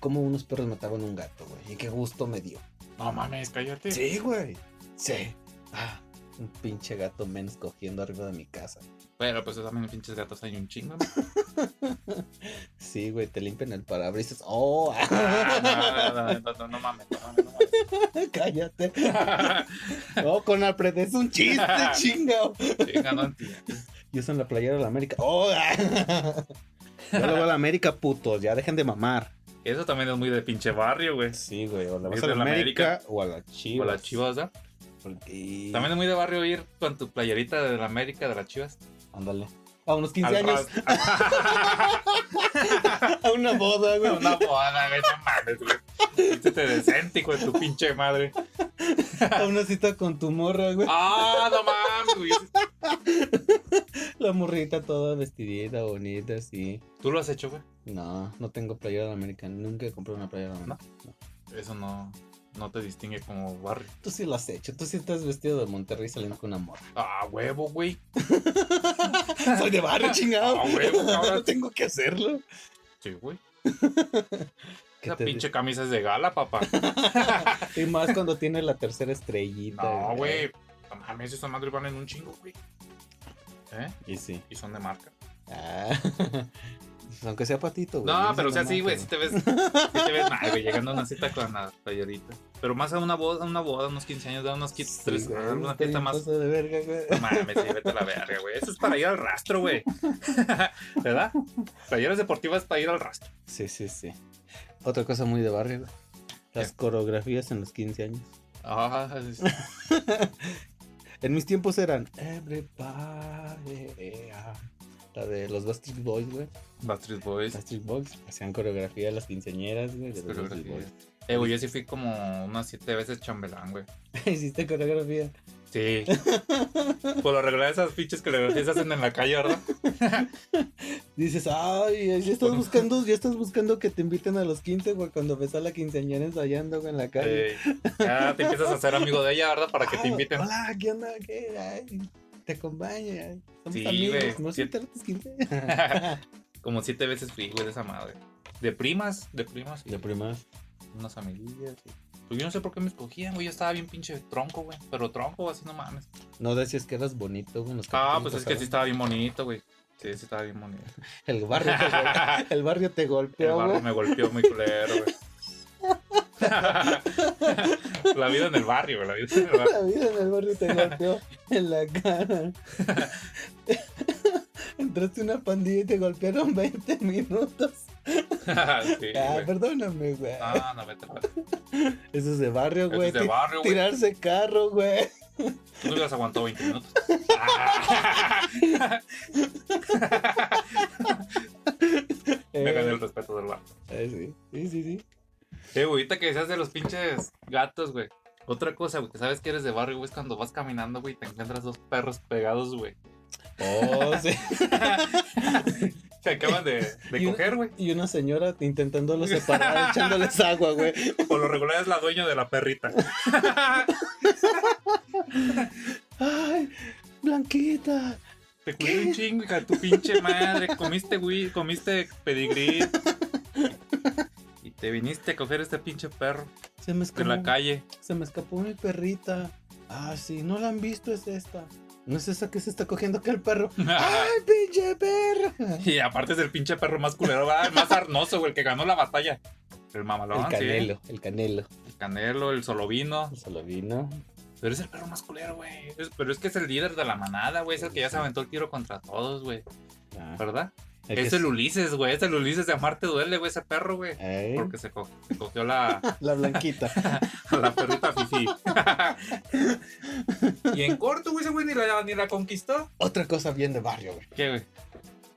Speaker 2: cómo unos perros mataban un gato, güey, y qué gusto me dio.
Speaker 3: No mames, cállate.
Speaker 2: Sí, güey, sí. Ah, un pinche gato menos cogiendo arriba de mi casa.
Speaker 3: Pero pues también pinches gatos hay un chingo. ¿no?
Speaker 2: Sí, güey, te limpian el parabrisas. ¡Oh!
Speaker 3: Ah, No, no, no, no, no mames, no mames, no
Speaker 2: Cállate.
Speaker 3: mames.
Speaker 2: No, con Alfred es un chiste, chingado.
Speaker 3: Chinga, no entiendo.
Speaker 2: Yo soy en la playera de la América. ¡Oh! Yo le voy a la América, putos. Ya dejen de mamar.
Speaker 3: Eso también es muy de pinche barrio, güey.
Speaker 2: Sí, güey. O le
Speaker 3: vas
Speaker 2: vas
Speaker 3: a
Speaker 2: a
Speaker 3: la
Speaker 2: la
Speaker 3: América,
Speaker 2: América, o a la
Speaker 3: O
Speaker 2: Chivas.
Speaker 3: las chivas, ¿verdad?
Speaker 2: Porque-
Speaker 3: También es muy de barrio ir con tu playerita de la América de las chivas.
Speaker 2: Ándale. A unos 15
Speaker 3: Al
Speaker 2: años. A una boda, güey.
Speaker 3: Una boda, güey, no mames, güey. Este te decente, hijo de tu pinche madre.
Speaker 2: A una cita con tu morra, güey.
Speaker 3: Ah, no mames, güey.
Speaker 2: La morrita toda vestidita, bonita, así.
Speaker 3: ¿Tú lo has hecho, güey?
Speaker 2: No, no tengo playera de la América. Nunca he comprado una playera de la América. No.
Speaker 3: Eso no, no te distingue como barrio.
Speaker 2: Tú sí lo has hecho. Tú sí estás vestido de Monterrey saliendo con una morra.
Speaker 3: Ah, huevo, güey.
Speaker 2: Soy de barrio, chingado.
Speaker 3: Ah, güey, ahora-
Speaker 2: tengo que hacerlo.
Speaker 3: Sí, güey.
Speaker 2: ¿Qué
Speaker 3: Esa
Speaker 2: te
Speaker 3: pinche camisa es de gala, papá.
Speaker 2: digo? Y más cuando tiene la tercera estrellita.
Speaker 3: No, güey. No mames, esa madre van en un chingo, güey. ¿Eh?
Speaker 2: Y sí.
Speaker 3: Y son de marca.
Speaker 2: Ah. Aunque sea patito, güey.
Speaker 3: No,
Speaker 2: Yo
Speaker 3: pero o
Speaker 2: sé
Speaker 3: sea,
Speaker 2: la
Speaker 3: sí, güey, si
Speaker 2: Pues marca,
Speaker 3: te ves, si te ves, nah, güey, llegando a una cita con la playerita. Pero más a una boda, a una boda, unos 15 años, da unos
Speaker 2: güey.
Speaker 3: 15,
Speaker 2: Sí,
Speaker 3: tres,
Speaker 2: güey,
Speaker 3: una
Speaker 2: está
Speaker 3: fiesta
Speaker 2: bien
Speaker 3: más.
Speaker 2: pasado de verga,
Speaker 3: No
Speaker 2: güey.
Speaker 3: mames, sí, vete a la verga, güey. Eso es para ir al rastro, güey. ¿Verdad? Playeras deportivas para ir al rastro.
Speaker 2: Sí, sí, sí. Otra cosa muy de barrio, güey. Las coreografías en los 15 años.
Speaker 3: Ah, sí, sí.
Speaker 2: En mis tiempos eran Everybody. ah, La de los Backstreet Boys, güey.
Speaker 3: Backstreet Boys.
Speaker 2: Backstreet Boys. Hacían coreografía de las quinceañeras, güey. De los Backstreet
Speaker 3: coreografía.
Speaker 2: Boys.
Speaker 3: Eh, güey, yo sí fui como unas siete veces chambelán, güey.
Speaker 2: Hiciste coreografía.
Speaker 3: Sí. Por lo regular esas pinches coreografías se hacen en la calle, ¿verdad?
Speaker 2: Dices, ay, ya estás
Speaker 3: Bueno.
Speaker 2: buscando, ya estás buscando que te inviten a los 15, güey, cuando ves a la quinceañera ensayando, güey, en la calle.
Speaker 3: Eh, ya te empiezas a hacer amigo de ella, ¿verdad? Para que te
Speaker 2: Ah,
Speaker 3: inviten.
Speaker 2: Hola, ¿qué onda? ¿Qué? Ay, te acompaña. Somos
Speaker 3: Sí, güey.
Speaker 2: amigos, no
Speaker 3: Sí.
Speaker 2: se te tus 15.
Speaker 3: Como siete veces fui, güey, de esa madre. De primas, de primas.
Speaker 2: De primas.
Speaker 3: unas amiguillas. y- Pues yo no sé por qué me escogían, güey. Yo estaba bien pinche tronco, güey. Pero tronco, así no mames.
Speaker 2: No decías que eras bonito, güey. en los
Speaker 3: Ah,
Speaker 2: capítulos
Speaker 3: pues es que sí
Speaker 2: pasados.
Speaker 3: estaba bien bonito, güey. Sí, sí estaba bien bonito.
Speaker 2: El barrio te, gol- el barrio te
Speaker 3: El
Speaker 2: golpeó,
Speaker 3: barrio
Speaker 2: güey.
Speaker 3: me golpeó muy culero, güey. la vida en el barrio, güey, la vida en el barrio.
Speaker 2: La vida en el barrio te golpeó en la cara. Entraste a una pandilla y te golpearon 20 minutos.
Speaker 3: sí,
Speaker 2: ah,
Speaker 3: güey.
Speaker 2: perdóname, güey.
Speaker 3: No, no, vete. a la-
Speaker 2: Eso es de barrio,
Speaker 3: Eso
Speaker 2: güey.
Speaker 3: es de
Speaker 2: Ti-
Speaker 3: barrio, güey.
Speaker 2: Tirarse carro, güey.
Speaker 3: Tú no hubieras aguantado 20 minutos. Ah, Me gané el
Speaker 2: Eh,
Speaker 3: respeto del barrio.
Speaker 2: eh, sí, sí, sí. sí.
Speaker 3: Eh, güey, ahorita que decías de los pinches gatos, güey. Otra cosa, güey, que sabes que eres de barrio, güey, es cuando vas caminando, güey, y te encuentras dos perros pegados, güey.
Speaker 2: Oh, sí.
Speaker 3: Se acaban de, de
Speaker 2: Y un-
Speaker 3: coger, güey.
Speaker 2: Y una señora intentándolo separar, echándoles agua, güey.
Speaker 3: Por lo regular es la dueña de la perrita.
Speaker 2: ¡Ay! ¡Blanquita!
Speaker 3: Te cuidé un chingo, hija, de tu pinche madre. Comiste, güey, comiste pedigrí. Y te viniste a coger este pinche perro
Speaker 2: Se me
Speaker 3: de
Speaker 2: escapó.
Speaker 3: la calle.
Speaker 2: Se me escapó mi perrita. Ah, sí, no la han visto, es esta. No es esa que se está cogiendo acá el perro. ¡Ay, pinche perro!
Speaker 3: Y aparte es el pinche perro más culero, ¿verdad? El más arnoso, güey, el que ganó la batalla. El mamalón,
Speaker 2: El canelo, el canelo.
Speaker 3: sí. El canelo, el solovino.
Speaker 2: Se lo vino.
Speaker 3: Pero es el perro más culero, güey. Es- Pero es que es el líder de la manada, güey. Es el que ya se aventó el tiro contra todos, güey.
Speaker 2: Ah,
Speaker 3: ¿Verdad?
Speaker 2: el que
Speaker 3: es el Ulises, güey. Es el Ulises de Amarte Duele, güey, ese perro, güey.
Speaker 2: Ey,
Speaker 3: Porque se, co- se cogió la,
Speaker 2: La blanquita.
Speaker 3: la perrita fifi. y en corto, güey, ese güey ni la, ni la conquistó.
Speaker 2: Otra cosa bien de barrio, güey.
Speaker 3: ¿Qué, güey?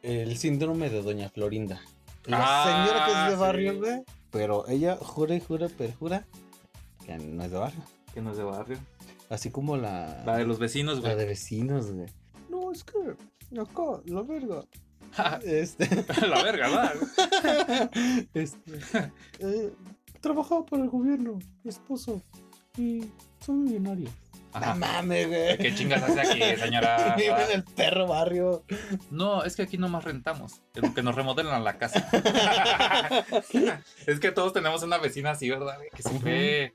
Speaker 2: El síndrome de Doña Florinda. La
Speaker 3: Ah,
Speaker 2: señora que es de
Speaker 3: sí.
Speaker 2: barrio, güey. Pero ella jura y jura, perjura que no es de barrio.
Speaker 3: Que no es de barrio.
Speaker 2: Así como la,
Speaker 3: La de los vecinos,
Speaker 2: la
Speaker 3: güey.
Speaker 2: de vecinos, güey. No, es que acá, la verga. este.
Speaker 3: la verga, ¿verdad?
Speaker 2: Este, eh, trabajaba para el gobierno, mi esposo, y soy millonario. No
Speaker 3: Ajá.
Speaker 2: mames, güey.
Speaker 3: ¿Qué chingas hace aquí, señora?
Speaker 2: Vive en el perro barrio.
Speaker 3: No, es que aquí nomás rentamos. es Que nos remodelan la casa. es que todos tenemos una vecina así, ¿verdad? güey? Que siempre.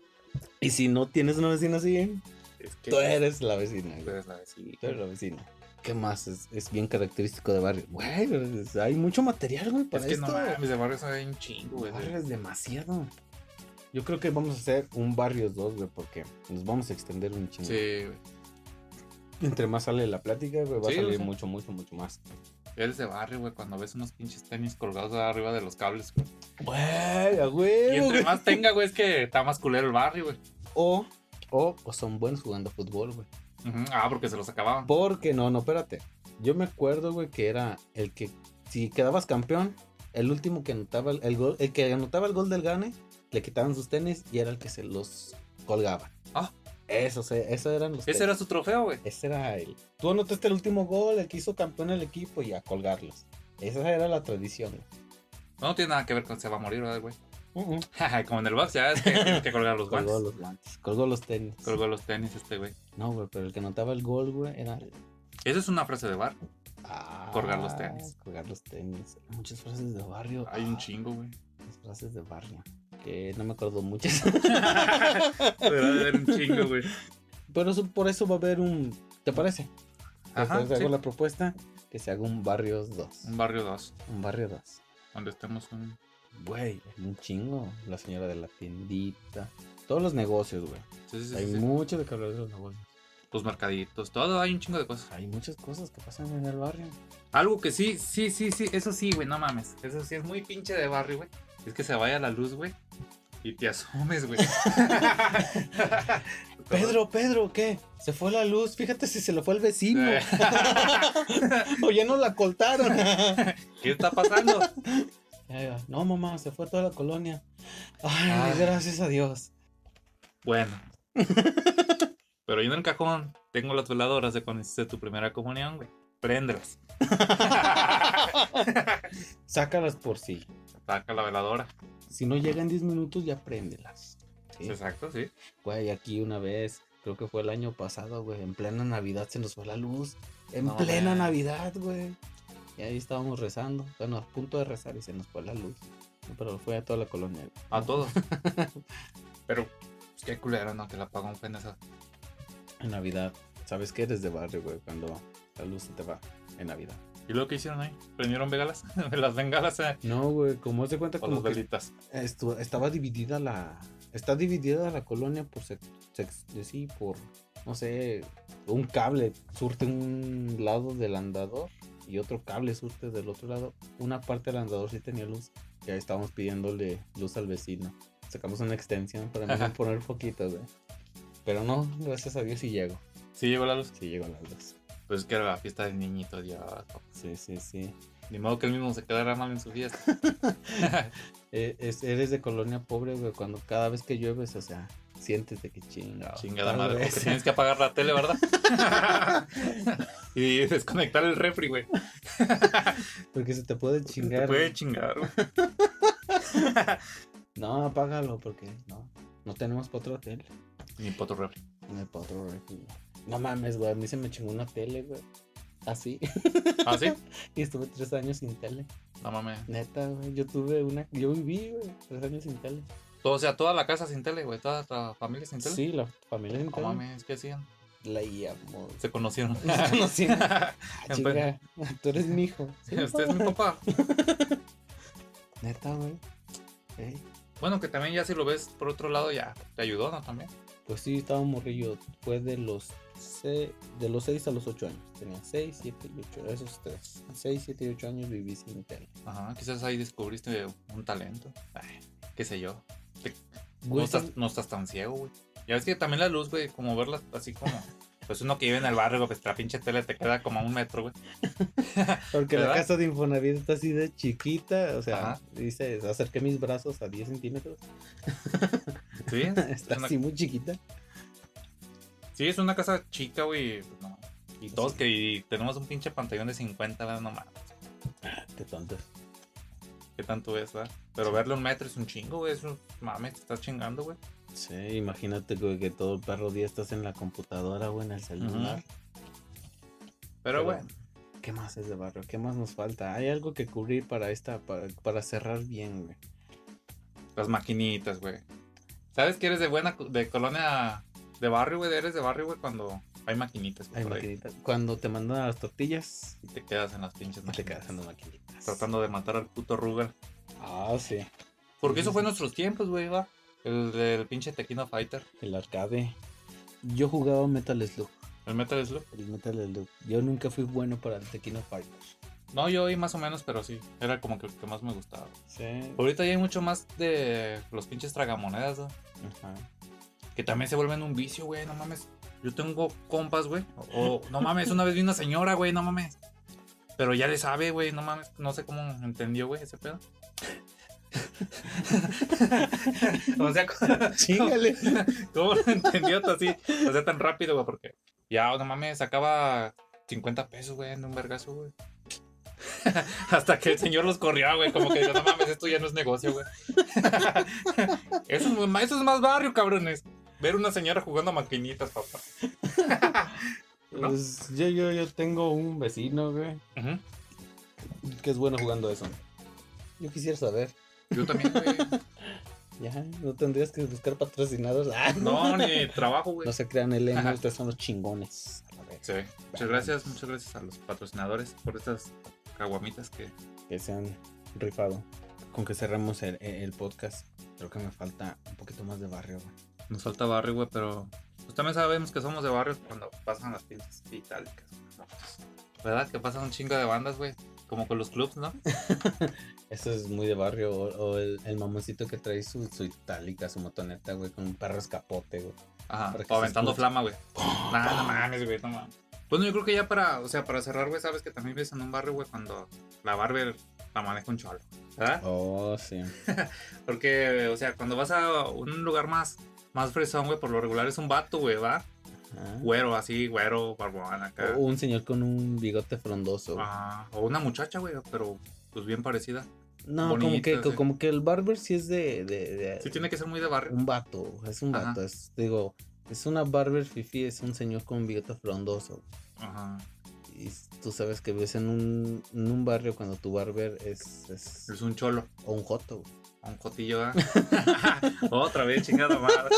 Speaker 2: Y si no tienes una vecina así,
Speaker 3: Es que.
Speaker 2: tú eres la vecina,
Speaker 3: Tú
Speaker 2: güey.
Speaker 3: eres la vecina.
Speaker 2: Tú eres la vecina. ¿Qué más es, es bien característico de barrio? Güey, pues, hay mucho material, güey, para
Speaker 3: Es que no
Speaker 2: esto.
Speaker 3: mames, de barrio hay un chingo, güey.
Speaker 2: barrio es demasiado. Yo creo que vamos a hacer un barrio 2, güey, porque nos vamos a extender un chingo.
Speaker 3: Sí, güey.
Speaker 2: Entre más sale la plática, güey, va
Speaker 3: Sí,
Speaker 2: a
Speaker 3: o
Speaker 2: salir
Speaker 3: sea.
Speaker 2: mucho, mucho, mucho más.
Speaker 3: Eres de barrio, güey, cuando ves unos pinches tenis colgados arriba de los cables. güey.
Speaker 2: Güey, a
Speaker 3: Y
Speaker 2: huevo,
Speaker 3: entre
Speaker 2: güey.
Speaker 3: más tenga, güey, es que está más culero el barrio, güey.
Speaker 2: O, o, o son buenos jugando fútbol, güey.
Speaker 3: Ujú. Ah, porque se los acababan.
Speaker 2: Porque no, no, espérate. Yo me acuerdo, güey, que era el que, si quedabas campeón, el último que anotaba el, el gol, el que anotaba el gol del gane, le quitaban sus tenis y era el que se los colgaba.
Speaker 3: Ah.
Speaker 2: Eso, se, eso eran los
Speaker 3: Ese era su trofeo, güey.
Speaker 2: Ese era el. Tú anotaste el último gol, el que hizo campeón el equipo y a colgarlos. Esa era la tradición, güey.
Speaker 3: No tiene nada que ver con se va a morir, ¿verdad, güey.
Speaker 2: Uh-uh.
Speaker 3: Como en el box, ya es que tienes que colgar los
Speaker 2: Colgó
Speaker 3: guantes.
Speaker 2: los guantes, colgó los tenis.
Speaker 3: Colgó los tenis este, güey.
Speaker 2: No, güey, pero el que anotaba el gol, güey, era
Speaker 3: Eso es una frase de bar. Colgar los
Speaker 2: Ah,
Speaker 3: tenis.
Speaker 2: Colgar los tenis. Muchas frases de barrio.
Speaker 3: Hay un
Speaker 2: Ah,
Speaker 3: chingo, güey.
Speaker 2: Las frases de barrio. Que no me acuerdo muchas.
Speaker 3: Pero debe haber un chingo, güey.
Speaker 2: Pero eso, por eso va a haber un. ¿Te parece?
Speaker 3: Ajá,
Speaker 2: Entonces
Speaker 3: sí. Mm.
Speaker 2: hago la propuesta que se haga un barrio 2.
Speaker 3: Un barrio 2,
Speaker 2: Un barrio 2.
Speaker 3: donde estemos un...
Speaker 2: Güey, hay un chingo. La señora de la tiendita. Todos los negocios, güey.
Speaker 3: Sí, sí, sí,
Speaker 2: Hay
Speaker 3: sí.
Speaker 2: mucho de que hablar de los negocios.
Speaker 3: Los mercaditos, todo, hay un chingo de cosas.
Speaker 2: Hay muchas cosas que pasan en el barrio.
Speaker 3: Algo que sí, sí, sí, sí, eso sí, güey, no mames. Eso sí es muy pinche de barrio, güey. Es que se vaya la luz, güey. Y te asomes, güey.
Speaker 2: Pedro, Pedro, ¿qué? Se fue la luz. Fíjate si se lo fue el vecino.
Speaker 3: Eh.
Speaker 2: o ya no la coltaron.
Speaker 3: ¿Qué está pasando?
Speaker 2: Ahí va. No, mamá, se fue toda la colonia. Ay,
Speaker 3: Ay.
Speaker 2: gracias a Dios.
Speaker 3: Bueno. Pero yo en el cajón tengo las veladoras de cuando hiciste tu primera comunión, güey. Préndelas.
Speaker 2: Sácalas por sí.
Speaker 3: Saca la veladora.
Speaker 2: Si no llegan 10 minutos, ya préndelas. Sí.
Speaker 3: Exacto, sí.
Speaker 2: Güey, aquí una vez, creo que fue el año pasado, güey, en plena Navidad se nos fue la luz. En
Speaker 3: No,
Speaker 2: plena
Speaker 3: man.
Speaker 2: Navidad, güey. Y ahí estábamos rezando. Bueno, a punto de rezar y se nos fue la luz. Pero fue a toda la colonia. güey.
Speaker 3: A todo. Pero, pues, qué culero, ¿no? Que la pagó un pendejo.
Speaker 2: En Navidad. ¿Sabes qué? Eres de barrio, güey, cuando la luz se te va en Navidad.
Speaker 3: ¿Y lo que hicieron ahí? ¿Prendieron bengalas? las bengalas eh,
Speaker 2: No, güey, como se cuenta
Speaker 3: o las
Speaker 2: como que
Speaker 3: velitas.
Speaker 2: estu- estaba dividida la, Está dividida la colonia por sex, sex- eh, sí, por no sé, un cable surte un lado del andador y otro cable surte del otro lado. Una parte del andador sí tenía luz y ahí estábamos pidiéndole luz al vecino. Sacamos una extensión para no poner poquitas, ¿eh? Pero no, gracias a Dios sí llego,
Speaker 3: Sí, llegó la luz.
Speaker 2: sí llegó la luz.
Speaker 3: Pues es que era la fiesta del niñito, ya.
Speaker 2: Sí, sí, sí.
Speaker 3: Ni modo que él mismo se quedara mal en su fiesta.
Speaker 2: Eh, es- eres de colonia pobre, güey, cuando cada vez que llueves, o sea, sientes de que chinga.
Speaker 3: Chingada
Speaker 2: tal
Speaker 3: madre,
Speaker 2: vez.
Speaker 3: porque tienes que apagar la tele, ¿verdad? y desconectar el refri, güey.
Speaker 2: Porque se te puede
Speaker 3: Te
Speaker 2: chingar.
Speaker 3: puede chingar, güey.
Speaker 2: No, apágalo, porque no, no tenemos para otro hotel.
Speaker 3: Ni para tu refri.
Speaker 2: No hay para otro refri, güey. No mames, güey, a mí se me chingó una tele, güey. Así.
Speaker 3: ¿Ah, sí?
Speaker 2: y estuve tres años sin tele.
Speaker 3: No mames.
Speaker 2: Neta, güey, yo tuve una, yo viví, güey, tres años sin tele.
Speaker 3: Todo- o sea, toda la casa sin tele, güey. Toda la familia sin tele.
Speaker 2: Sí, la familia sin
Speaker 3: No
Speaker 2: tele.
Speaker 3: mames, ¿qué hacían?
Speaker 2: La íamos.
Speaker 3: Se conocieron.
Speaker 2: Nos conocimos. Ah,
Speaker 3: Empe-
Speaker 2: chinga, tú eres mi hijo. Sí,
Speaker 3: Usted es mi papá.
Speaker 2: Neta, güey. Ey.
Speaker 3: Bueno, que también ya si lo ves por otro lado, ya te ayudó, ¿no? También.
Speaker 2: Pues sí, estaba morrillo. Fue de los, se- de los 6 a los 8 años. Tenía 6, 7 y 8. Esos tres. 6, 7 y 8 años viví sin tele.
Speaker 3: Ajá, quizás ahí descubriste un talento. Ay, qué sé yo. No
Speaker 2: Güey,
Speaker 3: estás, no estás tan ciego, güey. Ya ves que también la luz, güey, como verla así como. Pues uno que vive en el barrio, güey, pues la pinche tele te queda como a un metro, güey.
Speaker 2: Porque la
Speaker 3: ¿verdad?
Speaker 2: casa de Infonavit está así de chiquita. O sea,
Speaker 3: Ajá.
Speaker 2: dices, acerqué mis brazos a 10 centímetros.
Speaker 3: Sí, es
Speaker 2: Está
Speaker 3: una-
Speaker 2: así muy chiquita.
Speaker 3: sí, es una casa chica, güey. pues, no. Y todos
Speaker 2: Sí.
Speaker 3: que y tenemos un pinche pantallón de 50, ¿verdad? No mames.
Speaker 2: Qué tonto.
Speaker 3: ¿Qué tanto es, verdad? Pero verle un metro es un chingo, güey. Es un mames, te estás chingando, güey.
Speaker 2: Sí, imagínate güey, que todo el perro día estás en la computadora o en el celular.
Speaker 3: Pero, bueno,
Speaker 2: ¿Qué más es de barrio? ¿Qué más nos falta? Hay algo que cubrir para esta, para, para cerrar bien, güey.
Speaker 3: las maquinitas, güey. ¿Sabes que eres de buena, co- de colonia, de barrio, güey? Eres de barrio, güey, cuando hay maquinitas, güey.
Speaker 2: Ay,
Speaker 3: por ahí.
Speaker 2: maquinita. Cuando te mandan a las tortillas,
Speaker 3: Y te quedas en las pinches
Speaker 2: te
Speaker 3: maquinitas.
Speaker 2: quedas en las maquinitas.
Speaker 3: Tratando de matar al puto Rugal.
Speaker 2: Ah, sí.
Speaker 3: Porque eso fue en nuestros tiempos, güey, va. El del pinche Tequino Fighter.
Speaker 2: El arcade. Yo jugaba Metal Slug.
Speaker 3: El Metal Slug.
Speaker 2: El Metal Slug. Yo nunca fui bueno para el Tequino Fighters.
Speaker 3: No, yo oí más o menos, pero sí. Era como que el que más me gustaba.
Speaker 2: Sí.
Speaker 3: Ahorita ya hay mucho más de los pinches tragamonedas, ¿no?
Speaker 2: Ajá.
Speaker 3: Que también se vuelven un vicio, güey, no mames. Yo tengo compas, güey. O, no mames, una vez vi una señora, güey, no mames. Pero ya le sabe, güey, no mames. No sé cómo entendió, güey, ese pedo. o sea,
Speaker 2: Chíngale.
Speaker 3: ¿Cómo lo entendió tú así? O sea, tan rápido, güey, porque ya, no mames, sacaba 50 pesos, güey, en un vergazo, güey. Hasta que el señor los corrió, güey, como que dijo, no mames, esto ya no es negocio, güey. eso, es más- eso es más barrio, cabrones. Ver una señora jugando a maquinitas, papá. ¿No?
Speaker 2: Pues, yo, yo, yo tengo un vecino, güey,
Speaker 3: Ujú.
Speaker 2: que es bueno jugando eso. Yo quisiera saber.
Speaker 3: Yo también, güey.
Speaker 2: Ya, no tendrías que buscar patrocinadores. Ah,
Speaker 3: No, ni trabajo, güey.
Speaker 2: No se crean, Elena,
Speaker 3: Ajá.
Speaker 2: ustedes son los chingones. A la verga.
Speaker 3: Sí. Muchas gracias, muchas gracias a los patrocinadores por estas caguamitas que...
Speaker 2: que se han rifado. Con que cerramos el, el- el podcast, creo que me falta un poquito más de barrio, güey.
Speaker 3: Nos falta barrio, güey, pero pues también sabemos que somos de barrio cuando pasan las pinches itálicas. güey. ¿Verdad? Que pasan un chingo de bandas, güey. Como con los clubs, ¿no?
Speaker 2: Eso es muy de barrio, o, o el, el mamoncito que trae su, su itálica, su motoneta, güey, con un perro escapote, güey.
Speaker 3: Ajá.
Speaker 2: Para que
Speaker 3: O
Speaker 2: se
Speaker 3: aventando
Speaker 2: escuche.
Speaker 3: flama, güey. Nah, no mames, güey, no mames. Bueno, yo creo que ya para, o sea, para cerrar, güey, sabes que también ves en un barrio, güey, cuando la barber la maneja un cholo, ¿verdad?
Speaker 2: Oh, sí.
Speaker 3: Porque, o sea, cuando vas a un lugar más, más fresón, güey, por lo regular es un vato, güey, ¿va?
Speaker 2: Ajá.
Speaker 3: Güero, así, güero, barbón, acá.
Speaker 2: Ah. O un señor con un bigote frondoso. güey.
Speaker 3: Ajá. o una muchacha, güey, pero pues bien parecida.
Speaker 2: no, como
Speaker 3: bonito,
Speaker 2: que, co-
Speaker 3: sí.
Speaker 2: como que el barber sí es de, de- de-
Speaker 3: Sí, tiene que ser muy de barrio.
Speaker 2: un vato, es un
Speaker 3: Ajá.
Speaker 2: vato, es, digo, es una barber fifi, es un señor con un bigote frondoso.
Speaker 3: Ajá.
Speaker 2: Y s- tú sabes que vives en un, en un barrio cuando tu barber es, es-
Speaker 3: Es un cholo.
Speaker 2: o un joto. güey.
Speaker 3: Un cotillo, ¿verdad? Otra vez, chingada madre.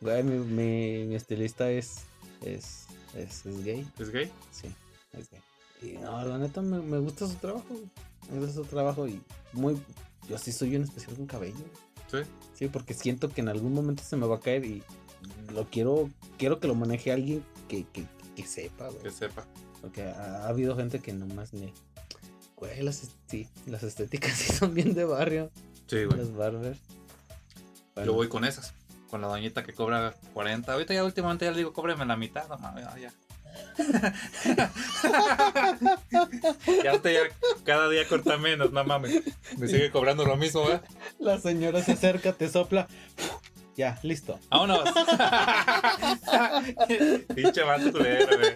Speaker 2: Güey, mi, mi- mi estilista es, es, es, es gay.
Speaker 3: ¿Es gay?
Speaker 2: Sí, es gay. Y no, la neta me, me gusta su trabajo. güey. Me gusta su trabajo y muy yo sí soy un especial con cabello.
Speaker 3: Sí.
Speaker 2: Sí, porque siento que en algún momento se me va a caer y lo quiero, quiero que lo maneje alguien que, que, que sepa, güey.
Speaker 3: Que sepa.
Speaker 2: Porque ha, ha habido gente que nomás le. Güey, las, est- sí, las estéticas sí son bien de barrio.
Speaker 3: Sí, güey.
Speaker 2: Las barbers. Bueno,
Speaker 3: Yo voy con esas. Con la doñita que cobra 40. Ahorita ya últimamente ya le digo, cóbreme la mitad. No mames, ya. ya hasta ya cada día corta menos, no mames. Me sigue cobrando lo mismo, ¿verdad?
Speaker 2: La señora se acerca, te sopla. Ya, listo.
Speaker 3: Vámonos. Pinche vato culero, güey.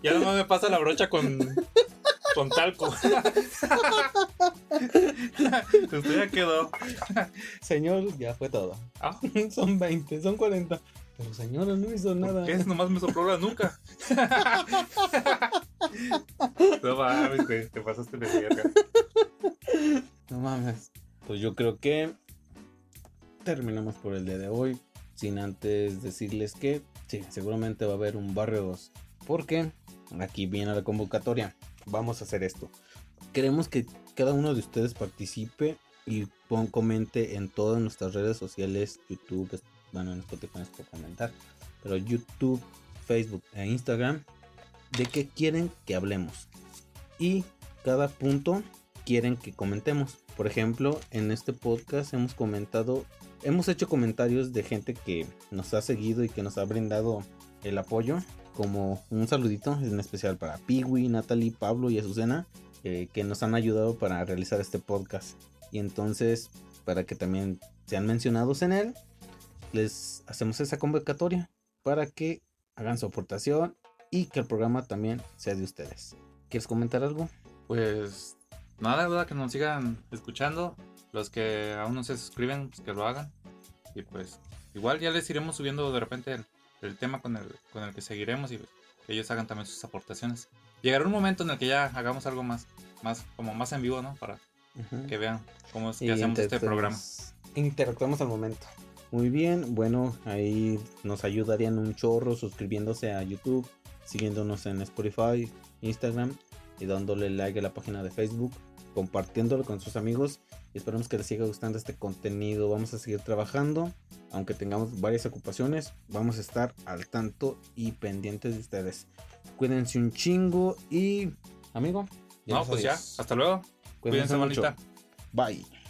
Speaker 3: Ya nomás me pasa la brocha con, con talco. Pues tú ya quedó.
Speaker 2: Señor, ya fue todo.
Speaker 3: Ah,
Speaker 2: son 20, son 40. Pero señora, no hizo nada.
Speaker 3: ¿Qué es? Nomás me sopló la nuca. No mames, güey. Te pasaste de verga.
Speaker 2: No mames. Pues yo creo que terminamos por el día de hoy. Sin antes decirles que sí, seguramente va a haber un barrio 2. Porque aquí viene la convocatoria. Vamos a hacer esto. Queremos que cada uno de ustedes participe y pon- comente en todas nuestras redes sociales. YouTube, es- bueno, en Spotify es por comentar. Pero YouTube, Facebook e Instagram. De qué quieren que hablemos. Y cada punto quieren que comentemos. Por ejemplo, en este podcast hemos comentado, hemos hecho comentarios de gente que nos ha seguido y que nos ha brindado el apoyo, como un saludito en especial para Piwi, Natalie, Pablo y Azucena, eh, que nos han ayudado para realizar este podcast. Y entonces, para que también sean mencionados en él, les hacemos esa convocatoria para que hagan su aportación y que el programa también sea de ustedes. ¿Quieres comentar algo?
Speaker 3: Pues nada, duda que nos sigan escuchando. Los que aún no se suscriben, pues que lo hagan. Y pues igual ya les iremos subiendo de repente el, el tema con el, con el que seguiremos y que ellos hagan también sus aportaciones. Llegará un momento en el que ya hagamos algo más, más como más en vivo, ¿no? Para
Speaker 2: Ujú.
Speaker 3: que vean cómo es
Speaker 2: Y
Speaker 3: que hacemos este programa.
Speaker 2: interactuamos- Interactuamos al momento. Muy bien, bueno, ahí nos ayudarían un chorro suscribiéndose a YouTube, siguiéndonos en Spotify, Instagram y dándole like a la página de Facebook, compartiéndolo con sus amigos y esperamos que les siga gustando este contenido. Vamos a seguir trabajando, aunque tengamos varias ocupaciones, vamos a estar al tanto y pendientes de ustedes. Cuídense un chingo y amigo.
Speaker 3: No,
Speaker 2: nos
Speaker 3: pues ya,
Speaker 2: adiós.
Speaker 3: hasta luego. Cuídense,
Speaker 2: Cuídense mucho.
Speaker 3: manita.
Speaker 2: Bye.